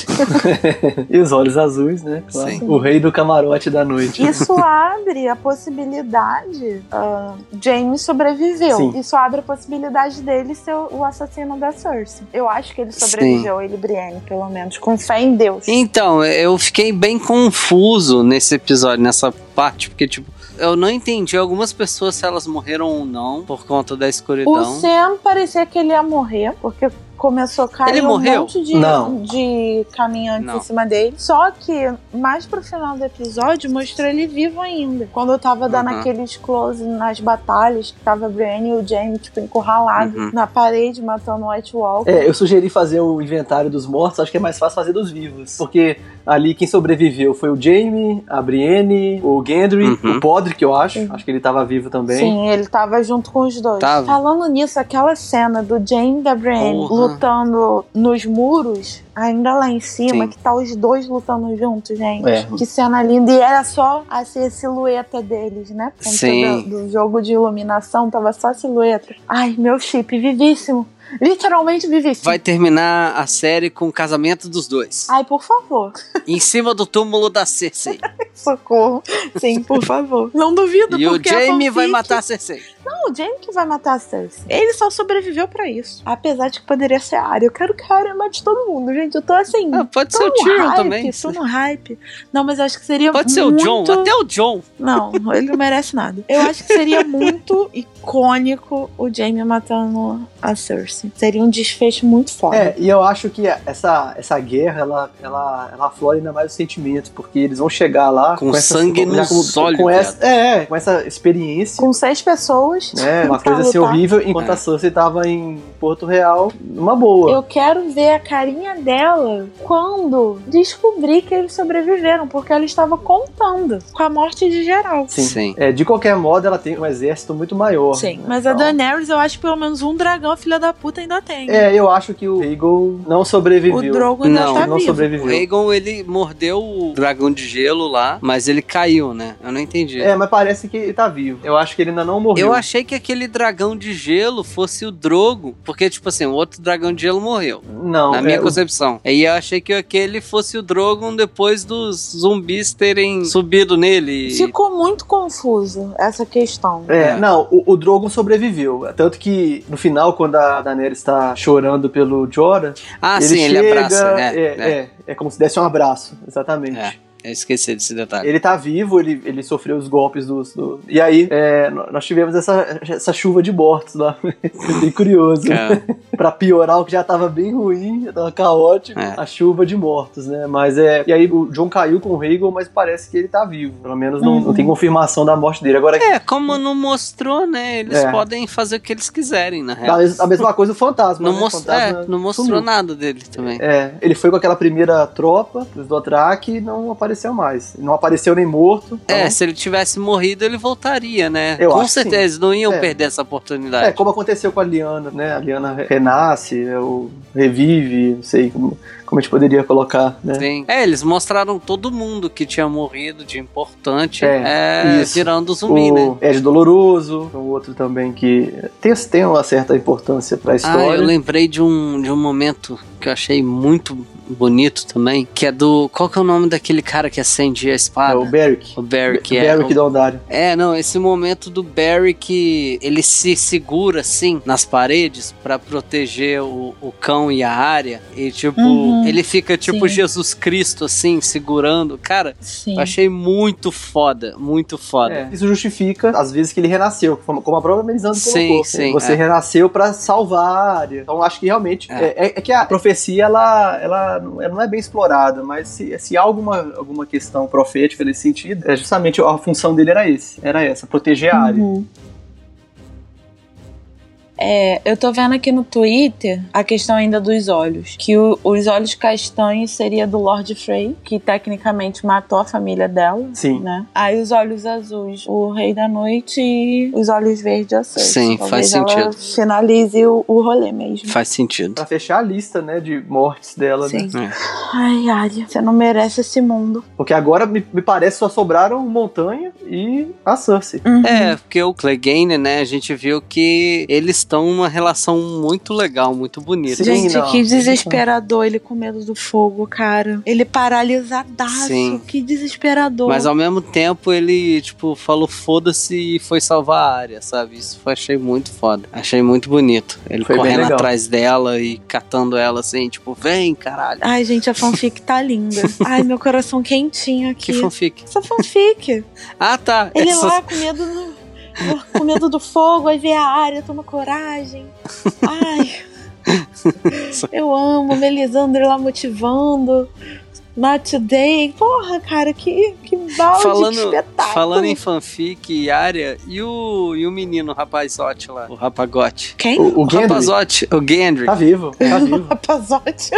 [SPEAKER 3] E os olhos azuis, né? Claro.
[SPEAKER 2] Sim.
[SPEAKER 3] O rei do camarote da noite.
[SPEAKER 1] Isso abre a possibilidade. ah, James sobreviveu.
[SPEAKER 3] Sim.
[SPEAKER 1] Isso abre a possibilidade dele ser o o assassino da Cersei. Eu acho que ele sobreviveu, ele e Brienne, pelo menos. Com fé em Deus.
[SPEAKER 2] Então, eu fiquei bem confuso nesse episódio, nessa parte, porque, tipo, Eu não entendi algumas pessoas se elas morreram ou não por conta da
[SPEAKER 1] O
[SPEAKER 2] escuridão.
[SPEAKER 1] Sam parecia que ele ia morrer, porque começou a cair
[SPEAKER 2] Ele
[SPEAKER 1] um
[SPEAKER 2] morreu?
[SPEAKER 1] monte de,
[SPEAKER 3] Não.
[SPEAKER 1] de caminhantes
[SPEAKER 2] Não.
[SPEAKER 1] em cima dele. Só que, mais pro final do episódio, mostrou ele vivo ainda. Quando eu tava dando
[SPEAKER 2] Uhum.
[SPEAKER 1] aqueles close nas batalhas, que tava a Brienne e o Jaime, tipo, encurralados
[SPEAKER 2] Uhum.
[SPEAKER 1] na parede, matando o White Walker.
[SPEAKER 3] É, eu sugeri fazer o inventário dos mortos, acho que é mais fácil fazer dos vivos. Porque ali quem sobreviveu foi o Jaime, a Brienne, o Gendry,
[SPEAKER 2] Uhum.
[SPEAKER 3] o Podrick, eu acho.
[SPEAKER 1] Uhum.
[SPEAKER 3] Acho que ele tava vivo também.
[SPEAKER 1] Sim, ele tava junto com os dois.
[SPEAKER 2] Tava.
[SPEAKER 1] Falando nisso, aquela cena do Jane e da Brienne
[SPEAKER 2] Porra.
[SPEAKER 1] lutando nos muros, ainda lá em cima,
[SPEAKER 2] Sim.
[SPEAKER 1] que tá os dois lutando juntos, gente.
[SPEAKER 3] É.
[SPEAKER 1] Que cena linda. E era só assim, a silhueta deles, né? Por conta
[SPEAKER 2] Sim.
[SPEAKER 1] Do, do jogo de iluminação, tava só a silhueta. Ai, meu chip, vivíssimo. Literalmente vivíssimo.
[SPEAKER 2] Vai terminar a série com o casamento dos dois.
[SPEAKER 1] Ai, por favor.
[SPEAKER 2] em cima do túmulo da Cersei.
[SPEAKER 1] Socorro. Sim, por favor. Não duvido,
[SPEAKER 2] e o
[SPEAKER 1] porque a
[SPEAKER 2] Jamie vai
[SPEAKER 1] fanfic-
[SPEAKER 2] matar a Cersei.
[SPEAKER 1] Não, o Jamie que vai matar a Cersei. Ele só sobreviveu pra isso. Apesar de que poderia ser a Arya. Eu quero que a Arya mate todo mundo, gente. Eu tô assim.
[SPEAKER 2] Ah, pode
[SPEAKER 1] tô
[SPEAKER 2] ser o
[SPEAKER 1] no
[SPEAKER 2] Tyrion
[SPEAKER 1] hype,
[SPEAKER 2] também.
[SPEAKER 1] Tô no hype. Não, mas eu acho que seria
[SPEAKER 2] Pode ser
[SPEAKER 1] muito...
[SPEAKER 2] o John, até o John.
[SPEAKER 1] Não, ele não merece nada. Eu acho que seria muito icônico o Jamie matando a Cersei. Seria um desfecho muito forte.
[SPEAKER 3] É, e eu acho que essa, essa guerra, ela, ela, ela aflora ainda mais o sentimento, porque eles vão chegar lá...
[SPEAKER 2] Com
[SPEAKER 3] essa-
[SPEAKER 2] sangue
[SPEAKER 3] já
[SPEAKER 2] nos olhos,
[SPEAKER 3] Com essa, é, é, com essa experiência,
[SPEAKER 1] Com seis pessoas.
[SPEAKER 3] né? Uma
[SPEAKER 1] pra
[SPEAKER 3] coisa assim
[SPEAKER 1] lutar.
[SPEAKER 3] horrível, enquanto
[SPEAKER 2] É.
[SPEAKER 3] a Cersei tava em Porto Real, numa boa.
[SPEAKER 1] Eu quero ver a carinha dela quando descobri que eles sobreviveram, porque ela estava contando com a morte de geral.
[SPEAKER 3] Sim. É, de qualquer modo, ela tem um exército muito maior.
[SPEAKER 1] Sim,
[SPEAKER 3] né?
[SPEAKER 1] mas a
[SPEAKER 3] Então,
[SPEAKER 1] Daenerys, eu acho que pelo menos um dragão filha da puta ainda tem.
[SPEAKER 3] É, eu acho que o Eagle não sobreviveu.
[SPEAKER 1] o Drogo ainda
[SPEAKER 2] Não,
[SPEAKER 1] tá
[SPEAKER 3] Ele não
[SPEAKER 1] vivo.
[SPEAKER 2] O
[SPEAKER 3] sobreviveu.
[SPEAKER 2] Aegon, ele mordeu o dragão de gelo lá, mas ele caiu, né? Eu não entendi.
[SPEAKER 3] É, mas parece que ele tá vivo. Eu acho que ele ainda não morreu.
[SPEAKER 2] Eu achei que aquele dragão de gelo fosse o Drogo, porque, tipo assim, o outro dragão de gelo morreu.
[SPEAKER 3] Não,
[SPEAKER 2] Na
[SPEAKER 3] é,
[SPEAKER 2] minha
[SPEAKER 3] o-
[SPEAKER 2] concepção. E eu achei que aquele fosse o Drogon depois dos zumbis terem subido nele. e-
[SPEAKER 1] Ficou muito confuso essa questão.
[SPEAKER 3] É,
[SPEAKER 2] É.
[SPEAKER 3] não, o, o Drogon sobreviveu. Tanto que no final, quando a Daenerys tá chorando pelo Jorah,
[SPEAKER 2] Ah,
[SPEAKER 3] ele
[SPEAKER 2] sim,
[SPEAKER 3] chega,
[SPEAKER 2] ele abraça. É,
[SPEAKER 3] é,
[SPEAKER 2] é.
[SPEAKER 3] é, é como se desse um abraço, exatamente.
[SPEAKER 2] É. Eu esqueci desse detalhe.
[SPEAKER 3] Ele tá vivo, ele, ele sofreu os golpes dos. do- E aí, é, nó- nós tivemos essa, essa chuva de mortos lá. é Bem curioso.
[SPEAKER 2] Cara,
[SPEAKER 3] Pra piorar o que já tava bem ruim, já tava caótico,
[SPEAKER 2] É.
[SPEAKER 3] a chuva de mortos, né? Mas é. E aí o John caiu com o Hegel, mas parece que ele tá vivo. Pelo menos não, não tem confirmação da morte dele. Agora,
[SPEAKER 2] É, como não mostrou, né? Eles
[SPEAKER 3] É.
[SPEAKER 2] podem fazer o que eles quiserem, na real.
[SPEAKER 3] a, mes- a mesma coisa o fantasma.
[SPEAKER 2] Não,
[SPEAKER 3] né? O
[SPEAKER 2] most- é,
[SPEAKER 3] fantasma
[SPEAKER 2] não mostrou
[SPEAKER 3] sumiu.
[SPEAKER 2] nada dele também.
[SPEAKER 3] É, ele foi com aquela primeira tropa dos Dothraki e não apareceu mais. Não apareceu nem morto. então-
[SPEAKER 2] É, se ele tivesse morrido, ele voltaria, né?
[SPEAKER 3] Eu
[SPEAKER 2] Com
[SPEAKER 3] acho que
[SPEAKER 2] certeza, eles não iam
[SPEAKER 3] É.
[SPEAKER 2] perder essa
[SPEAKER 3] É,
[SPEAKER 2] oportunidade.
[SPEAKER 3] como aconteceu com a Liana, né? A Liana re- renasce, né? Ou revive, não sei como, como a gente poderia colocar, né?
[SPEAKER 2] Sim. É, eles mostraram todo mundo que tinha morrido de importante
[SPEAKER 3] É,
[SPEAKER 2] é,
[SPEAKER 3] isso.
[SPEAKER 2] virando zumbi, né?
[SPEAKER 3] O Ed Doloroso, um outro também que tem, tem uma certa importância pra
[SPEAKER 2] Ah, eu
[SPEAKER 3] história.
[SPEAKER 2] lembrei de um, de um momento que eu achei muito bonito também, que é do... Qual que é o nome daquele cara que acende a
[SPEAKER 3] é
[SPEAKER 2] espada?
[SPEAKER 3] o Beric.
[SPEAKER 2] o Barry, que é...
[SPEAKER 3] Beric Dondário.
[SPEAKER 2] É, não, esse momento do Barry que ele se segura assim nas paredes pra proteger o, o cão e a área. E tipo,
[SPEAKER 1] Uhum,
[SPEAKER 2] ele fica tipo
[SPEAKER 1] sim.
[SPEAKER 2] Jesus Cristo assim, segurando. Cara,
[SPEAKER 1] Sim.
[SPEAKER 2] eu achei muito foda, muito foda.
[SPEAKER 3] É, Isso justifica, às vezes, que ele renasceu, como como a própria Melisandre
[SPEAKER 2] Sim,
[SPEAKER 3] colocou.
[SPEAKER 2] sim,
[SPEAKER 3] Você
[SPEAKER 2] é.
[SPEAKER 3] renasceu pra salvar a área. Então, acho que realmente...
[SPEAKER 2] É.
[SPEAKER 3] É, é- é que a profecia, ela, ela, não- ela não é bem explorada, mas se, se há alguma, alguma questão profética nesse sentido, é justamente a função dele era esse, era essa, proteger a área.
[SPEAKER 1] Uhum. É, eu tô vendo aqui no Twitter a questão ainda dos olhos. Que o- os olhos castanhos seria do Lord Frey, que tecnicamente matou a família dela,
[SPEAKER 3] Sim.
[SPEAKER 1] né? Aí os olhos azuis, o Rei da Noite e os olhos verdes, a Cersei.
[SPEAKER 2] Sim,
[SPEAKER 1] Talvez
[SPEAKER 2] faz
[SPEAKER 1] ela
[SPEAKER 2] sentido.
[SPEAKER 1] Finalize o, o rolê mesmo.
[SPEAKER 2] Faz sentido.
[SPEAKER 3] Pra fechar a lista, né, de mortes dela, né?
[SPEAKER 1] Sim.
[SPEAKER 2] É.
[SPEAKER 1] Ai, Arya, você não merece esse mundo.
[SPEAKER 3] Porque agora, me, me parece, só sobraram Montanha e a Cersei. É, Uhum.
[SPEAKER 2] É, porque o Clegane, né, a gente viu que eles estão uma relação muito legal, muito bonita. assim.
[SPEAKER 3] Sim,
[SPEAKER 1] Gente,
[SPEAKER 3] não.
[SPEAKER 1] que desesperador ele com medo do fogo, cara. Ele paralisadaço.
[SPEAKER 2] Sim.
[SPEAKER 1] Que desesperador.
[SPEAKER 2] Mas ao mesmo tempo ele, tipo, falou foda-se e foi salvar a área, sabe? Isso foi, achei muito foda. Achei muito bonito. Ele
[SPEAKER 3] Foi bem
[SPEAKER 2] correndo
[SPEAKER 3] legal.
[SPEAKER 2] atrás dela e catando ela assim, tipo, vem, caralho.
[SPEAKER 1] Ai, gente, a fanfic tá linda. Ai, meu coração quentinho aqui.
[SPEAKER 2] Que fanfic.
[SPEAKER 1] Essa fanfic.
[SPEAKER 2] Ah, tá.
[SPEAKER 1] Ele
[SPEAKER 2] Essa-
[SPEAKER 1] lá com medo do... Com medo do fogo, aí vê a área, toma coragem. Ai. Eu amo, Melisandre lá motivando. Not today. Porra, cara, que, que balde,
[SPEAKER 2] Falando-
[SPEAKER 1] que
[SPEAKER 3] tá,
[SPEAKER 1] espetáculo.
[SPEAKER 2] Falando em fanfic e área, e o, e o menino, o rapazote lá? O rapagote.
[SPEAKER 1] Quem?
[SPEAKER 3] O, o
[SPEAKER 2] O
[SPEAKER 3] Gendry
[SPEAKER 2] rapazote, o Gendry.
[SPEAKER 3] tá vivo, tá vivo.
[SPEAKER 1] Rapazote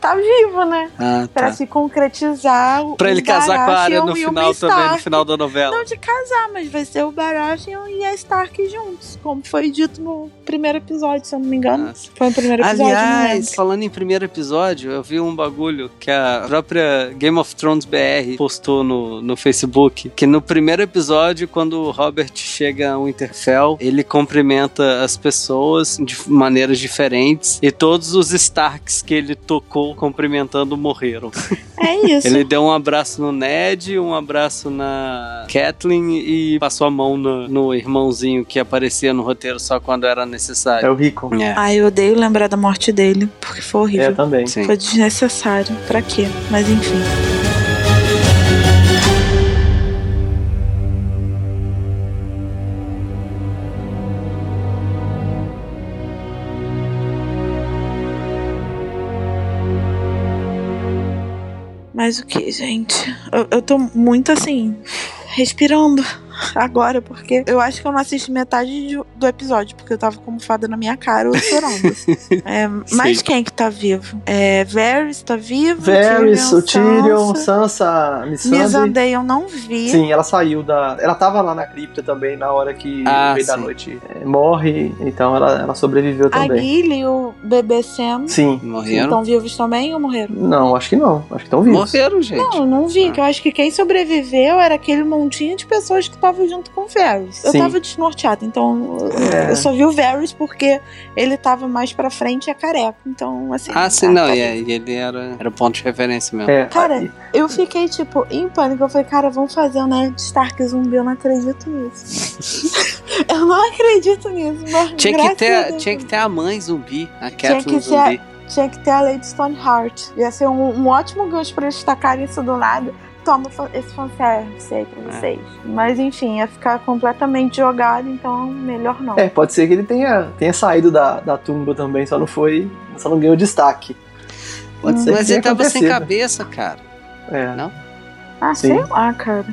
[SPEAKER 1] tá vivo, né?
[SPEAKER 2] Ah,
[SPEAKER 1] Pra
[SPEAKER 2] tá.
[SPEAKER 1] se concretizar o
[SPEAKER 2] Pra ele
[SPEAKER 1] o
[SPEAKER 2] casar com a área
[SPEAKER 1] Baratheon
[SPEAKER 2] no
[SPEAKER 1] e o
[SPEAKER 2] final também, no
[SPEAKER 1] Stark.
[SPEAKER 2] final da novela.
[SPEAKER 1] Não de casar, mas vai ser o Baratheon e a Stark juntos, como foi dito no primeiro episódio, se eu não me engano.
[SPEAKER 2] Nossa.
[SPEAKER 1] Foi no primeiro episódio, né? não lembro.
[SPEAKER 2] Aliás, falando em primeiro episódio, eu vi um bagulho que a própria Game of Thrones BR postou no, no Facebook. Que no primeiro episódio, quando o Robert chega a Winterfell, ele cumprimenta as pessoas de maneiras diferentes. E todos os Starks que ele tocou cumprimentando morreram.
[SPEAKER 1] É isso.
[SPEAKER 2] Ele deu um abraço no Ned, um abraço na Catelyn e passou a mão no, no irmãozinho que aparecia no roteiro só quando era
[SPEAKER 3] É
[SPEAKER 2] necessário.
[SPEAKER 3] o Rico.
[SPEAKER 2] É.
[SPEAKER 1] Ai, eu odeio lembrar da morte dele, porque foi
[SPEAKER 3] É,
[SPEAKER 1] horrível.
[SPEAKER 3] também.
[SPEAKER 2] Sim.
[SPEAKER 1] Foi desnecessário. Pra quê? Mas enfim. Mas o que, gente? Eu, eu tô muito assim, respirando agora, porque eu acho que eu não assisti metade de- do episódio, porque eu tava como fada na minha cara ou chorando. É, mas
[SPEAKER 2] Sim.
[SPEAKER 1] quem que tá vivo? É, Varys tá vivo?
[SPEAKER 3] Varys, o Tyrion,
[SPEAKER 1] Sansa.
[SPEAKER 3] Sansa, Missandei.
[SPEAKER 1] Missandei eu não vi.
[SPEAKER 3] Sim, ela saiu da. Ela tava lá na cripta também na hora que
[SPEAKER 2] Ah,
[SPEAKER 3] o rei da
[SPEAKER 2] sim.
[SPEAKER 3] noite eh, morre, então ela, ela sobreviveu
[SPEAKER 1] A
[SPEAKER 3] também.
[SPEAKER 1] Gilly e o bebê Sam
[SPEAKER 3] Sim.
[SPEAKER 2] Morreram?
[SPEAKER 1] estão vivos também ou morreram?
[SPEAKER 3] Não, acho que não. Acho que estão vivos.
[SPEAKER 2] Morreram, gente.
[SPEAKER 1] Não, eu não vi.
[SPEAKER 2] Ah.
[SPEAKER 1] que Eu acho que quem sobreviveu era aquele montinho de pessoas que estavam junto com o Varys. Eu
[SPEAKER 3] Sim.
[SPEAKER 1] tava desnorteada, então
[SPEAKER 3] É.
[SPEAKER 1] eu só vi o Varys porque ele tava mais pra frente e é careca. Então, assim.
[SPEAKER 2] Ah, sim,
[SPEAKER 1] tá-
[SPEAKER 2] não,
[SPEAKER 1] tá
[SPEAKER 2] e, é- e ele era, era ponto de referência mesmo.
[SPEAKER 3] É,
[SPEAKER 1] Cara,
[SPEAKER 3] e-
[SPEAKER 1] Eu fiquei, tipo, em pânico. Eu falei, cara, vamos fazer o Ned Stark zumbi. Eu não acredito nisso. eu não acredito nisso. Mas
[SPEAKER 2] Tinha
[SPEAKER 1] É. graças
[SPEAKER 2] que, ter,
[SPEAKER 1] a
[SPEAKER 2] a-
[SPEAKER 1] Deus.
[SPEAKER 2] tinha que ter a mãe zumbi, a
[SPEAKER 1] que
[SPEAKER 2] Catherine
[SPEAKER 1] ser a-
[SPEAKER 2] zumbi.
[SPEAKER 1] Tinha que ter a Lady Stoneheart. Ia ser um, um ótimo gancho pra eles tacarem isso do nada. Toma fa- esse fanservice aí pra
[SPEAKER 2] É.
[SPEAKER 1] vocês. Mas enfim, ia ficar completamente jogado, então melhor não.
[SPEAKER 3] é, pode ser que ele tenha, tenha saído da, da tumba também, só não foi. Só não ganhou destaque. Pode ser
[SPEAKER 2] Mas
[SPEAKER 3] que
[SPEAKER 2] ele
[SPEAKER 3] tenha
[SPEAKER 2] tava sem
[SPEAKER 3] acontecido.
[SPEAKER 2] cabeça, cara.
[SPEAKER 3] É.
[SPEAKER 1] Ah,
[SPEAKER 3] Sim.
[SPEAKER 1] sei lá, cara.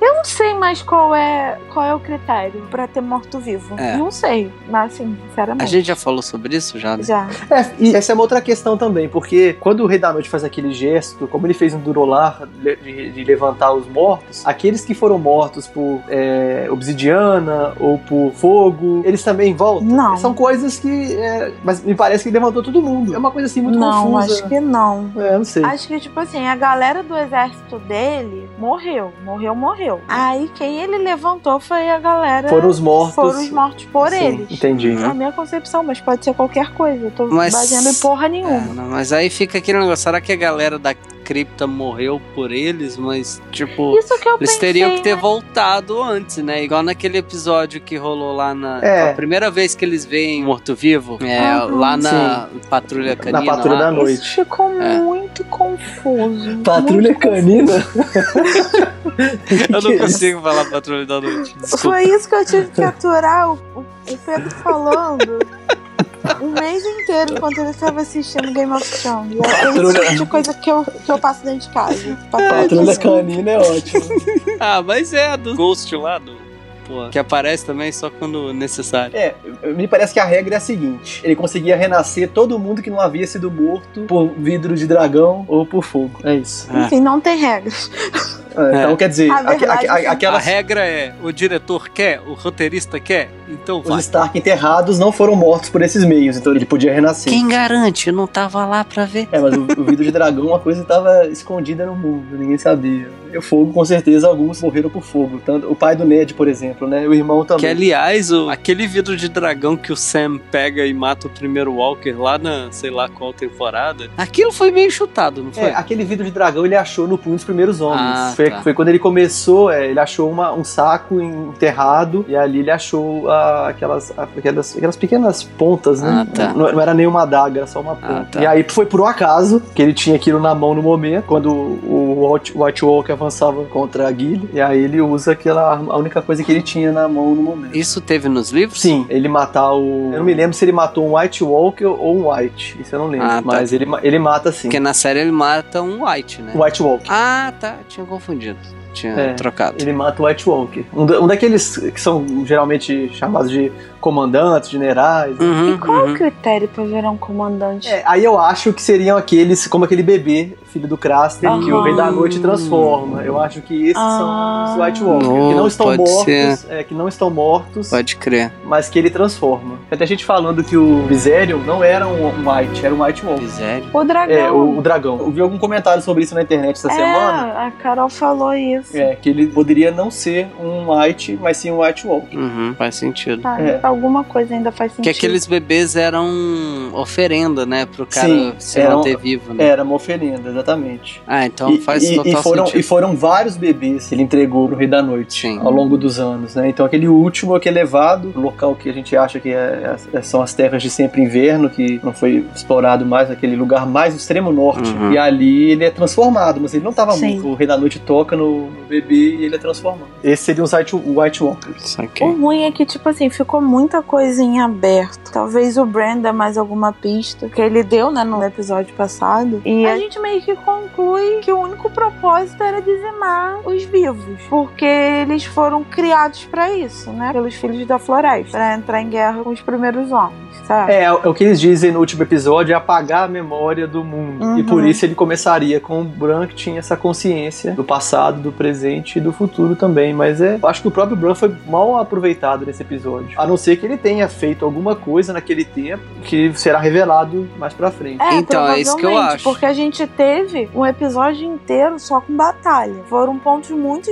[SPEAKER 1] Eu não sei mais qual é qual é o critério pra ter morto-vivo.
[SPEAKER 2] É.
[SPEAKER 1] Não sei, mas assim,
[SPEAKER 2] A
[SPEAKER 1] sinceramente.
[SPEAKER 2] gente já falou sobre isso já, né?
[SPEAKER 1] Já.
[SPEAKER 3] É, e essa é uma outra questão também, porque quando o Rei da Noite faz aquele gesto, como ele fez um durolar de, de- de levantar os mortos, aqueles que foram mortos por é, obsidiana ou por fogo, eles também voltam.
[SPEAKER 1] Não.
[SPEAKER 3] São coisas que. é, mas me parece que ele levantou todo mundo. É uma coisa assim muito
[SPEAKER 1] não,
[SPEAKER 3] confusa.
[SPEAKER 1] acho que não.
[SPEAKER 3] É, não sei.
[SPEAKER 1] Acho que, tipo assim, a galera do exército dele morreu, morreu, morreu. Aí quem ele levantou foi a galera.
[SPEAKER 3] Foram os mortos.
[SPEAKER 1] foram os mortos por
[SPEAKER 3] Sim,
[SPEAKER 1] eles.
[SPEAKER 3] Entendi.
[SPEAKER 1] É a minha concepção, mas pode ser qualquer coisa. Eu tô
[SPEAKER 2] Mas-
[SPEAKER 1] baseando em porra
[SPEAKER 2] É,
[SPEAKER 1] nenhuma.
[SPEAKER 2] não, mas aí fica aquele negócio, será que a galera da cripta morreu por eles? Mas, tipo,
[SPEAKER 1] Isso que eu
[SPEAKER 2] eles
[SPEAKER 1] pensei.
[SPEAKER 2] teriam que ter
[SPEAKER 1] né?
[SPEAKER 2] voltado antes, né? Igual naquele episódio que rolou lá na...
[SPEAKER 3] É.
[SPEAKER 2] A primeira vez que eles veem morto-vivo, é,
[SPEAKER 1] Aham.
[SPEAKER 2] lá na Patrulha Canina.
[SPEAKER 3] Na patrulha
[SPEAKER 2] lá.
[SPEAKER 3] da
[SPEAKER 1] Isso
[SPEAKER 3] noite.
[SPEAKER 1] ficou
[SPEAKER 2] É.
[SPEAKER 1] muito confuso.
[SPEAKER 3] Patrulha
[SPEAKER 1] muito
[SPEAKER 3] canina?
[SPEAKER 2] Eu não consigo falar Patrulha da Noite, desculpa.
[SPEAKER 1] Foi isso que eu tive que aturar o, o- o Pedro falando um mês inteiro enquanto ele estava assistindo Game of Thrones. É esse tipo de coisa que eu, que eu passo dentro de casa.
[SPEAKER 3] Patrulha canina é ótimo.
[SPEAKER 2] Ah, mas é a do Ghost lá do. Pô, que aparece também só quando necessário.
[SPEAKER 3] É, me parece que a regra é a seguinte: ele conseguia renascer todo mundo que não havia sido morto por vidro de dragão ou por fogo. É isso.
[SPEAKER 2] Ah,
[SPEAKER 1] Enfim, não tem regras.
[SPEAKER 3] É, Então quer dizer,
[SPEAKER 1] A
[SPEAKER 3] aque-
[SPEAKER 1] verdade é
[SPEAKER 3] aque-
[SPEAKER 1] sim.
[SPEAKER 2] A
[SPEAKER 3] aquelas
[SPEAKER 2] regra é: o diretor quer, o roteirista quer, então
[SPEAKER 3] os
[SPEAKER 2] vai.
[SPEAKER 3] Stark enterrados não foram mortos por esses meios, então ele podia renascer.
[SPEAKER 2] garante? Eu não tava lá pra ver.
[SPEAKER 3] É, mas o, o vidro de dragão, uma coisa que estava escondida no mundo, ninguém sabia. o fogo, com certeza, alguns morreram por fogo. Tanto o pai do Ned, por exemplo, né? O irmão também.
[SPEAKER 2] Que, aliás, o- aquele vidro de dragão que o Sam pega e mata o primeiro Walker lá na, sei lá qual temporada, aquilo foi meio chutado, não foi?
[SPEAKER 3] É, aquele vidro de dragão ele achou no Punho dos Primeiros Homens.
[SPEAKER 2] Ah,
[SPEAKER 3] foi,
[SPEAKER 2] tá.
[SPEAKER 3] foi quando ele começou, é, ele achou uma- um saco enterrado e ali ele achou ah, aquelas, aquelas, aquelas pequenas pontas, né?
[SPEAKER 2] Ah, tá.
[SPEAKER 3] não, não era nem uma adaga, era só uma ponta.
[SPEAKER 2] Ah, tá.
[SPEAKER 3] E aí foi por um acaso que ele tinha aquilo na mão no momento, quando o White, White Walker avançava contra a Guilherme. E aí ele usa aquela arma- a única coisa que ele tinha na mão no momento.
[SPEAKER 2] Isso teve nos livros?
[SPEAKER 3] Sim, ele matar o. Eu não me lembro se ele matou um White Walker ou um White. Isso eu não lembro.
[SPEAKER 2] Ah, tá.
[SPEAKER 3] Mas ele, ma- ele mata sim.
[SPEAKER 2] Porque na série ele mata um White, né?
[SPEAKER 3] O White Walker.
[SPEAKER 2] Ah, tá. Tinha confundido. Tinha
[SPEAKER 3] É.
[SPEAKER 2] trocado.
[SPEAKER 3] Ele mata o White Walker. Um, da- um daqueles que são geralmente chamados de comandantes, generais.
[SPEAKER 2] Uhum,
[SPEAKER 1] E qual
[SPEAKER 2] uhum.
[SPEAKER 1] o critério pra virar um comandante?
[SPEAKER 3] É, aí eu acho que seriam aqueles, como aquele bebê, filho do Craster, que o
[SPEAKER 1] Aham.
[SPEAKER 3] Rei da Noite transforma. Eu acho que esses
[SPEAKER 1] Ah.
[SPEAKER 3] são os White Walker, que não
[SPEAKER 2] Não,
[SPEAKER 3] estão
[SPEAKER 2] Hum, pode
[SPEAKER 3] mortos, é, que não estão mortos,
[SPEAKER 2] Pode crer.
[SPEAKER 3] mas que ele transforma. Tem até gente falando que o Viserion não era um White, era um White Walker.
[SPEAKER 2] Miséria.
[SPEAKER 1] O dragão.
[SPEAKER 3] É, o, o dragão. Eu vi algum comentário sobre isso na internet essa
[SPEAKER 1] É,
[SPEAKER 3] semana.
[SPEAKER 1] a Carol falou isso.
[SPEAKER 3] É, que ele poderia não ser um White, mas sim um White Walker.
[SPEAKER 2] Uhum, faz sentido.
[SPEAKER 1] Tá,
[SPEAKER 3] É.
[SPEAKER 1] Alguma coisa ainda faz sentido.
[SPEAKER 2] Porque aqueles bebês eram oferenda, né? Pro cara
[SPEAKER 3] Sim,
[SPEAKER 2] se
[SPEAKER 3] eram-
[SPEAKER 2] manter vivo, né?
[SPEAKER 3] Era uma oferenda, exatamente.
[SPEAKER 2] Ah, então faz total
[SPEAKER 3] foram,
[SPEAKER 2] sentido.
[SPEAKER 3] e foram vários bebês que ele entregou pro Rei da Noite
[SPEAKER 2] Sim.
[SPEAKER 3] ao longo dos anos, né? Então aquele último é que é levado, o local que a gente acha que é- é- são as terras de sempre inverno, que não foi explorado mais, aquele lugar mais no extremo norte.
[SPEAKER 2] Uhum.
[SPEAKER 3] E ali ele é transformado, mas ele não estava
[SPEAKER 1] Sim.
[SPEAKER 3] muito. O Rei da Noite toca no, no bebê e ele é transformado. Esse seria um site White Walker.
[SPEAKER 1] O
[SPEAKER 2] Saquei.
[SPEAKER 1] ruim é que, tipo assim, ficou muita coisa em aberto. Talvez o Bran dê mais alguma pista que ele deu, né, no episódio passado. E a gente meio que conclui que o único propósito era dizimar os vivos. Porque eles foram criados pra isso, né? Pelos filhos da floresta. Pra entrar em guerra com os primeiros homens, sabe?
[SPEAKER 3] É, é o que eles dizem no último episódio é apagar a memória do mundo.
[SPEAKER 1] Uhum.
[SPEAKER 3] E por isso ele começaria com o Bran, que tinha essa consciência do passado, do presente e do futuro também. Mas é, eu acho que o próprio Bran foi mal aproveitado nesse episódio. A não ser que ele tenha feito alguma coisa naquele tempo que será revelado mais pra frente.
[SPEAKER 1] É,
[SPEAKER 2] Então, é isso que eu
[SPEAKER 1] provavelmente,
[SPEAKER 2] acho.
[SPEAKER 1] Porque a gente teve um episódio inteiro só com batalha. Foram pontos muito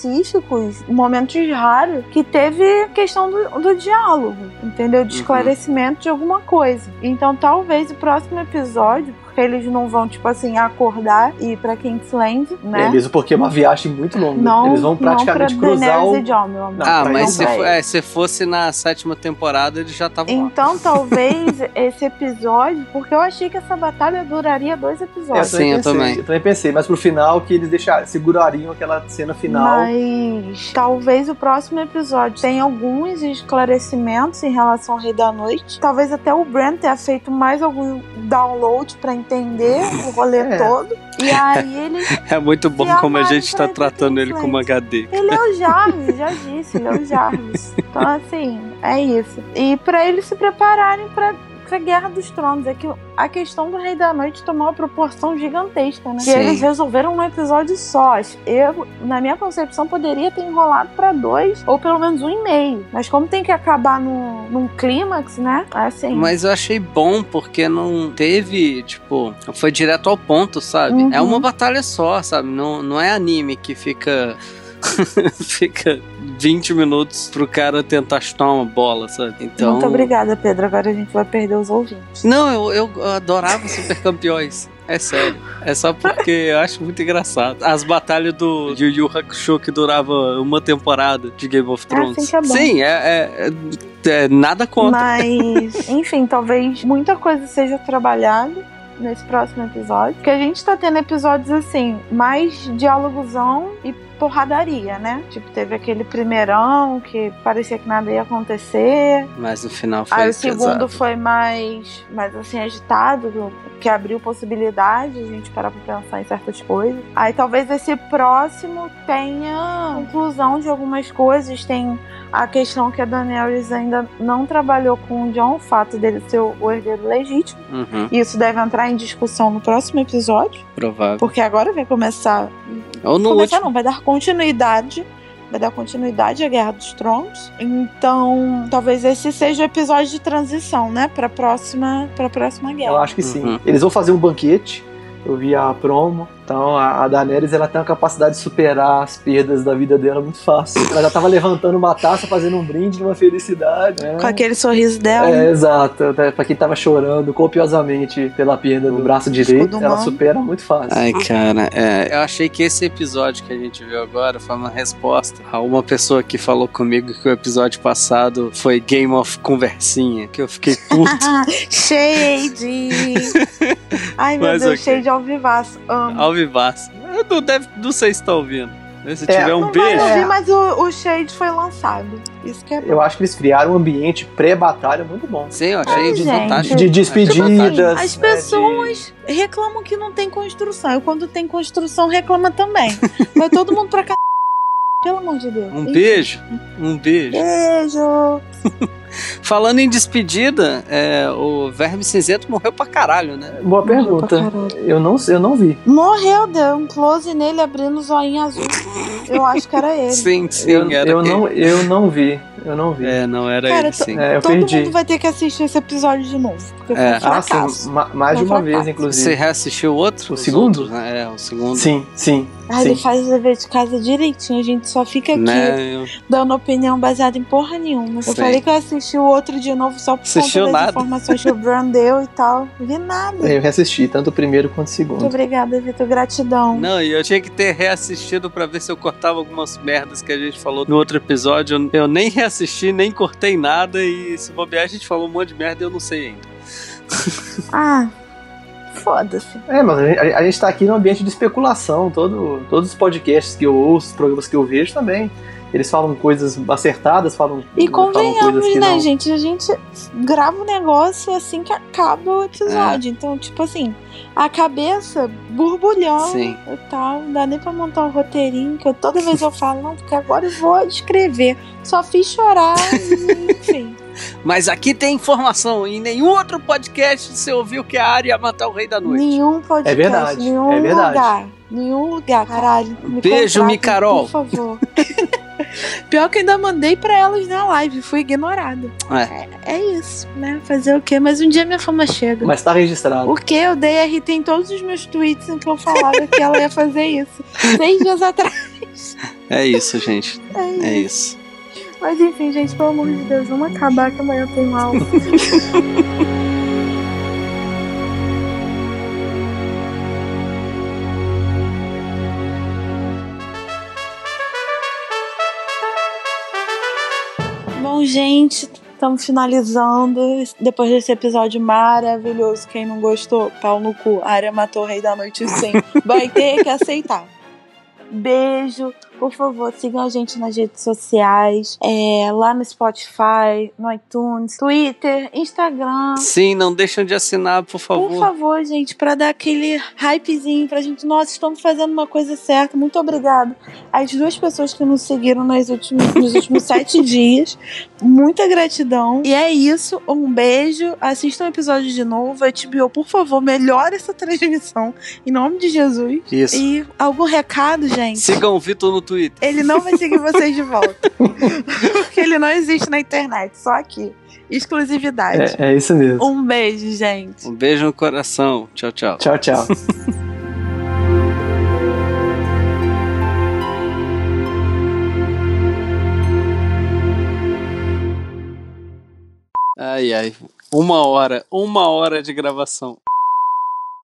[SPEAKER 1] específicos, momentos raros, que teve questão do, do diálogo, entendeu? De
[SPEAKER 2] Uhum.
[SPEAKER 1] esclarecimento de alguma coisa. Então, talvez o próximo episódio, porque eles não vão, tipo assim, acordar e ir pra Kingsland, né?
[SPEAKER 3] É mesmo porque é uma viagem muito longa.
[SPEAKER 1] Não,
[SPEAKER 3] Eles vão praticamente
[SPEAKER 1] não pra
[SPEAKER 3] cruzar
[SPEAKER 1] Daenerys
[SPEAKER 3] o.
[SPEAKER 1] e Jon, meu amor.
[SPEAKER 3] Não,
[SPEAKER 2] ah,
[SPEAKER 3] pra
[SPEAKER 2] mas
[SPEAKER 3] isso
[SPEAKER 2] se,
[SPEAKER 3] não.
[SPEAKER 2] fo- é, se fosse na sétima temporada, ele já tava lá.
[SPEAKER 1] Então, talvez esse episódio, porque eu achei que essa batalha duraria dois
[SPEAKER 3] É,
[SPEAKER 1] episódios.
[SPEAKER 2] Sim, eu
[SPEAKER 3] pensei,
[SPEAKER 2] também.
[SPEAKER 3] Eu também pensei, mas pro final que eles deixar, segurariam aquela cena final.
[SPEAKER 1] Mas talvez o próximo episódio tenha alguns esclarecimentos em relação ao Rei da Noite. Talvez até o Brent tenha feito mais algum download pra entender o rolê
[SPEAKER 3] É.
[SPEAKER 1] todo. E aí ele,
[SPEAKER 2] É muito bom
[SPEAKER 1] E
[SPEAKER 2] como a
[SPEAKER 1] armário
[SPEAKER 2] gente tá
[SPEAKER 1] pra ele
[SPEAKER 2] tratando
[SPEAKER 1] ter
[SPEAKER 2] ele como HD.
[SPEAKER 1] ele é o Jarvis, já disse, ele é o Jarvis. Então assim, é isso. E pra eles se prepararem pra pra Guerra dos Tronos, é que a questão do Rei da Noite tomou uma proporção gigantesca, né? Que
[SPEAKER 2] Sim.
[SPEAKER 1] eles resolveram num episódio só. Eu, na minha concepção, poderia ter enrolado pra dois, ou pelo menos um e meio. Mas como tem que acabar num, num clímax, né? Assim.
[SPEAKER 2] Mas eu achei bom porque não teve, tipo, foi direto ao ponto, sabe?
[SPEAKER 1] Uhum.
[SPEAKER 2] É uma batalha só, sabe? Não, não é anime que fica. fica 20 minutos pro cara tentar chutar uma bola, sabe? Então.
[SPEAKER 1] Muito obrigada, Pedro. Agora a gente vai perder os ouvintes.
[SPEAKER 2] Não, eu, eu adorava super campeões. É sério. É só porque eu acho muito engraçado. As batalhas do Yu Yu Hakusho que durava uma temporada de Game of Thrones.
[SPEAKER 1] assim que é bom.
[SPEAKER 2] Sim, é, é- é- é nada contra.
[SPEAKER 1] Mas, enfim, talvez muita coisa seja trabalhada nesse próximo episódio. Porque a gente tá tendo episódios assim, mais diálogozão e porradaria, né? Tipo, teve aquele primeirão que parecia que nada ia acontecer.
[SPEAKER 2] Mas no final foi
[SPEAKER 1] Aí Ah, o
[SPEAKER 2] pesado.
[SPEAKER 1] segundo foi mais, mais assim, agitado, que abriu possibilidade de a gente parar pra pensar em certas coisas. Aí talvez esse próximo tenha conclusão de algumas coisas, tem a questão que a Daenerys ainda não trabalhou com o John, o fato dele ser o herdeiro legítimo.
[SPEAKER 2] Uhum,
[SPEAKER 1] Isso deve entrar em discussão no próximo episódio,
[SPEAKER 2] provável.
[SPEAKER 1] porque agora vai começar
[SPEAKER 2] Ou no
[SPEAKER 1] começar
[SPEAKER 2] último.
[SPEAKER 1] não, vai dar continuidade. Vai dar continuidade à Guerra dos Tronos. Então, talvez esse seja o episódio de transição, né? Pra próxima, pra próxima
[SPEAKER 3] Eu
[SPEAKER 1] guerra.
[SPEAKER 3] acho que sim.
[SPEAKER 2] Uhum.
[SPEAKER 3] Eles vão fazer um banquete. Eu vi a promo. Então a, a Daenerys ela tem uma capacidade de superar as perdas da vida dela muito fácil. Ela já tava levantando uma taça, fazendo um brinde de uma felicidade. Né?
[SPEAKER 1] Com aquele sorriso dela. né?
[SPEAKER 3] É, exato. Tá- Pra quem tava chorando copiosamente pela perda do braço direito,
[SPEAKER 1] Escudo
[SPEAKER 3] ela
[SPEAKER 1] humano.
[SPEAKER 3] supera muito fácil.
[SPEAKER 2] Ai, cara, é, eu achei que esse episódio que a gente viu agora foi uma resposta a uma pessoa que falou comigo que o episódio passado foi Game of Conversinha, que eu fiquei puto.
[SPEAKER 1] Shade! Ai, meu
[SPEAKER 2] Mas
[SPEAKER 1] Deus,
[SPEAKER 2] ok.
[SPEAKER 1] Shade ao vivaço. Amo.
[SPEAKER 2] Alvivaço. Eu Não, deve, não sei se tá ouvindo. né? Se
[SPEAKER 3] É,
[SPEAKER 2] tiver um
[SPEAKER 1] Não vai
[SPEAKER 2] beijo.
[SPEAKER 1] ouvir, mas o, o Shade foi lançado. Isso que é bom.
[SPEAKER 3] Eu acho que eles criaram um ambiente pré-batalha muito bom.
[SPEAKER 2] Sim, eu achei
[SPEAKER 1] Ai,
[SPEAKER 2] de
[SPEAKER 1] gente.
[SPEAKER 2] fantástico.
[SPEAKER 3] De
[SPEAKER 2] Achei
[SPEAKER 3] despedidas.
[SPEAKER 1] As
[SPEAKER 3] né, de-
[SPEAKER 1] pessoas reclamam que não tem construção. E quando tem construção, reclama também. Vai todo mundo pra cá. Pelo amor de Deus.
[SPEAKER 2] Um beijo. Um beijo.
[SPEAKER 1] Beijo.
[SPEAKER 2] Falando em despedida, é, o Verme Cinzento morreu pra caralho, né?
[SPEAKER 3] Boa pergunta.
[SPEAKER 1] Caralho.
[SPEAKER 3] Eu não, eu não vi.
[SPEAKER 1] Morreu, deu um close nele abrindo o zoinho azul. Eu acho que era ele.
[SPEAKER 2] Sim, sim,
[SPEAKER 3] Eu,
[SPEAKER 2] era
[SPEAKER 3] eu
[SPEAKER 2] ele.
[SPEAKER 3] não, eu não vi. Eu não vi.
[SPEAKER 2] É, não era
[SPEAKER 1] Cara,
[SPEAKER 2] ele,
[SPEAKER 1] eu tô-
[SPEAKER 2] sim.
[SPEAKER 3] É, eu
[SPEAKER 1] Todo
[SPEAKER 3] perdi.
[SPEAKER 1] mundo vai ter que assistir esse episódio de novo. Porque foi
[SPEAKER 2] É.
[SPEAKER 1] um
[SPEAKER 3] Ah,
[SPEAKER 1] fracasso.
[SPEAKER 3] sim, ma- mais de
[SPEAKER 1] Foi um
[SPEAKER 3] uma vez,
[SPEAKER 1] fracasso.
[SPEAKER 2] Você
[SPEAKER 3] inclusive.
[SPEAKER 2] reassistiu outro?
[SPEAKER 3] O
[SPEAKER 2] Os
[SPEAKER 3] segundo?
[SPEAKER 2] outros, né? É, o segundo.
[SPEAKER 3] Sim, sim.
[SPEAKER 1] Ah, ele
[SPEAKER 3] sim.
[SPEAKER 1] faz o dever de casa direitinho. A gente só fica aqui
[SPEAKER 2] Né? Eu-
[SPEAKER 1] dando opinião baseada em porra nenhuma.
[SPEAKER 2] Sim.
[SPEAKER 1] Eu falei que eu assisti o outro de novo só por
[SPEAKER 2] Assistiu
[SPEAKER 1] conta das
[SPEAKER 2] nada.
[SPEAKER 1] informações que o Bran deu e tal. Vi nada.
[SPEAKER 3] Eu reassisti, tanto o primeiro quanto
[SPEAKER 1] Muito
[SPEAKER 3] o segundo.
[SPEAKER 1] obrigada, Vitor. Gratidão.
[SPEAKER 2] Não, e eu tinha que ter reassistido pra ver se eu cortava algumas merdas que a gente falou no outro episódio. Eu- Eu nem reassisti, nem cortei nada e se bobear a gente falou um monte de merda e eu não sei ainda.
[SPEAKER 1] Ah, foda-se.
[SPEAKER 3] É, mas a gente, a gente tá aqui num ambiente de especulação. Todo, todos os podcasts que eu ouço, os programas que eu vejo também. Eles falam coisas acertadas, falam.
[SPEAKER 1] E
[SPEAKER 3] falam coisas
[SPEAKER 1] convenhamos,
[SPEAKER 3] que
[SPEAKER 1] né,
[SPEAKER 3] assim, não-
[SPEAKER 1] gente? A gente grava o negócio assim que acaba o episódio. Então, tipo assim, a cabeça borbulhando
[SPEAKER 2] Sim.
[SPEAKER 1] e tal. Não dá nem pra montar um roteirinho, que eu, toda vez eu falo, não, porque agora eu vou escrever. Só fiz chorar, e, enfim.
[SPEAKER 2] Mas aqui tem informação. Em nenhum outro podcast você ouviu que é a Arya ia matar o Rei da Noite.
[SPEAKER 1] Nenhum podcast,
[SPEAKER 3] É verdade,
[SPEAKER 1] nenhum
[SPEAKER 3] é verdade.
[SPEAKER 1] lugar. Nenhum lugar, caralho. Me
[SPEAKER 2] Beijo,
[SPEAKER 1] contratem,
[SPEAKER 2] Micarol.
[SPEAKER 1] Por favor. Pior que eu ainda mandei pra elas na live, fui ignorada.
[SPEAKER 2] É.
[SPEAKER 1] É isso, né? Fazer o quê? Mas um dia minha fama chega.
[SPEAKER 3] Mas tá registrado.
[SPEAKER 1] O que? Eu dei RT em todos os meus tweets em que eu falava que ela ia fazer isso. Seis dias atrás.
[SPEAKER 2] É isso, gente.
[SPEAKER 1] É
[SPEAKER 2] É isso.
[SPEAKER 1] Mas enfim, gente, pelo amor de Deus, vamos acabar que amanhã tem aula. Bom, gente, estamos finalizando. Depois desse episódio maravilhoso, quem não gostou, pau no cu. A área matou o rei da noite sim. Vai ter que aceitar. Beijo. Por favor, sigam a gente nas redes sociais, é, lá no Spotify, no iTunes, Twitter, Instagram.
[SPEAKER 2] Sim, não deixam de assinar, por favor.
[SPEAKER 1] Por favor, gente, pra dar aquele hypezinho pra gente. Nossa, estamos fazendo uma coisa certa. Muito obrigada. As duas pessoas que nos seguiram nas últimas- nos últimos sete dias. Muita gratidão. E é isso. Um beijo. Assistam o episódio de novo. HBO, por favor, melhore essa transmissão. Em nome de Jesus.
[SPEAKER 2] Isso.
[SPEAKER 1] E algum recado, gente?
[SPEAKER 2] Sigam o Vitor no Twitter.
[SPEAKER 1] Ele não vai seguir vocês de volta. Porque ele não existe na internet, só aqui. Exclusividade.
[SPEAKER 3] É, é isso mesmo.
[SPEAKER 1] Um beijo, gente.
[SPEAKER 2] Um beijo no coração. Tchau, tchau.
[SPEAKER 3] Tchau, tchau.
[SPEAKER 2] Ai, ai. Uma hora. Uma hora de gravação.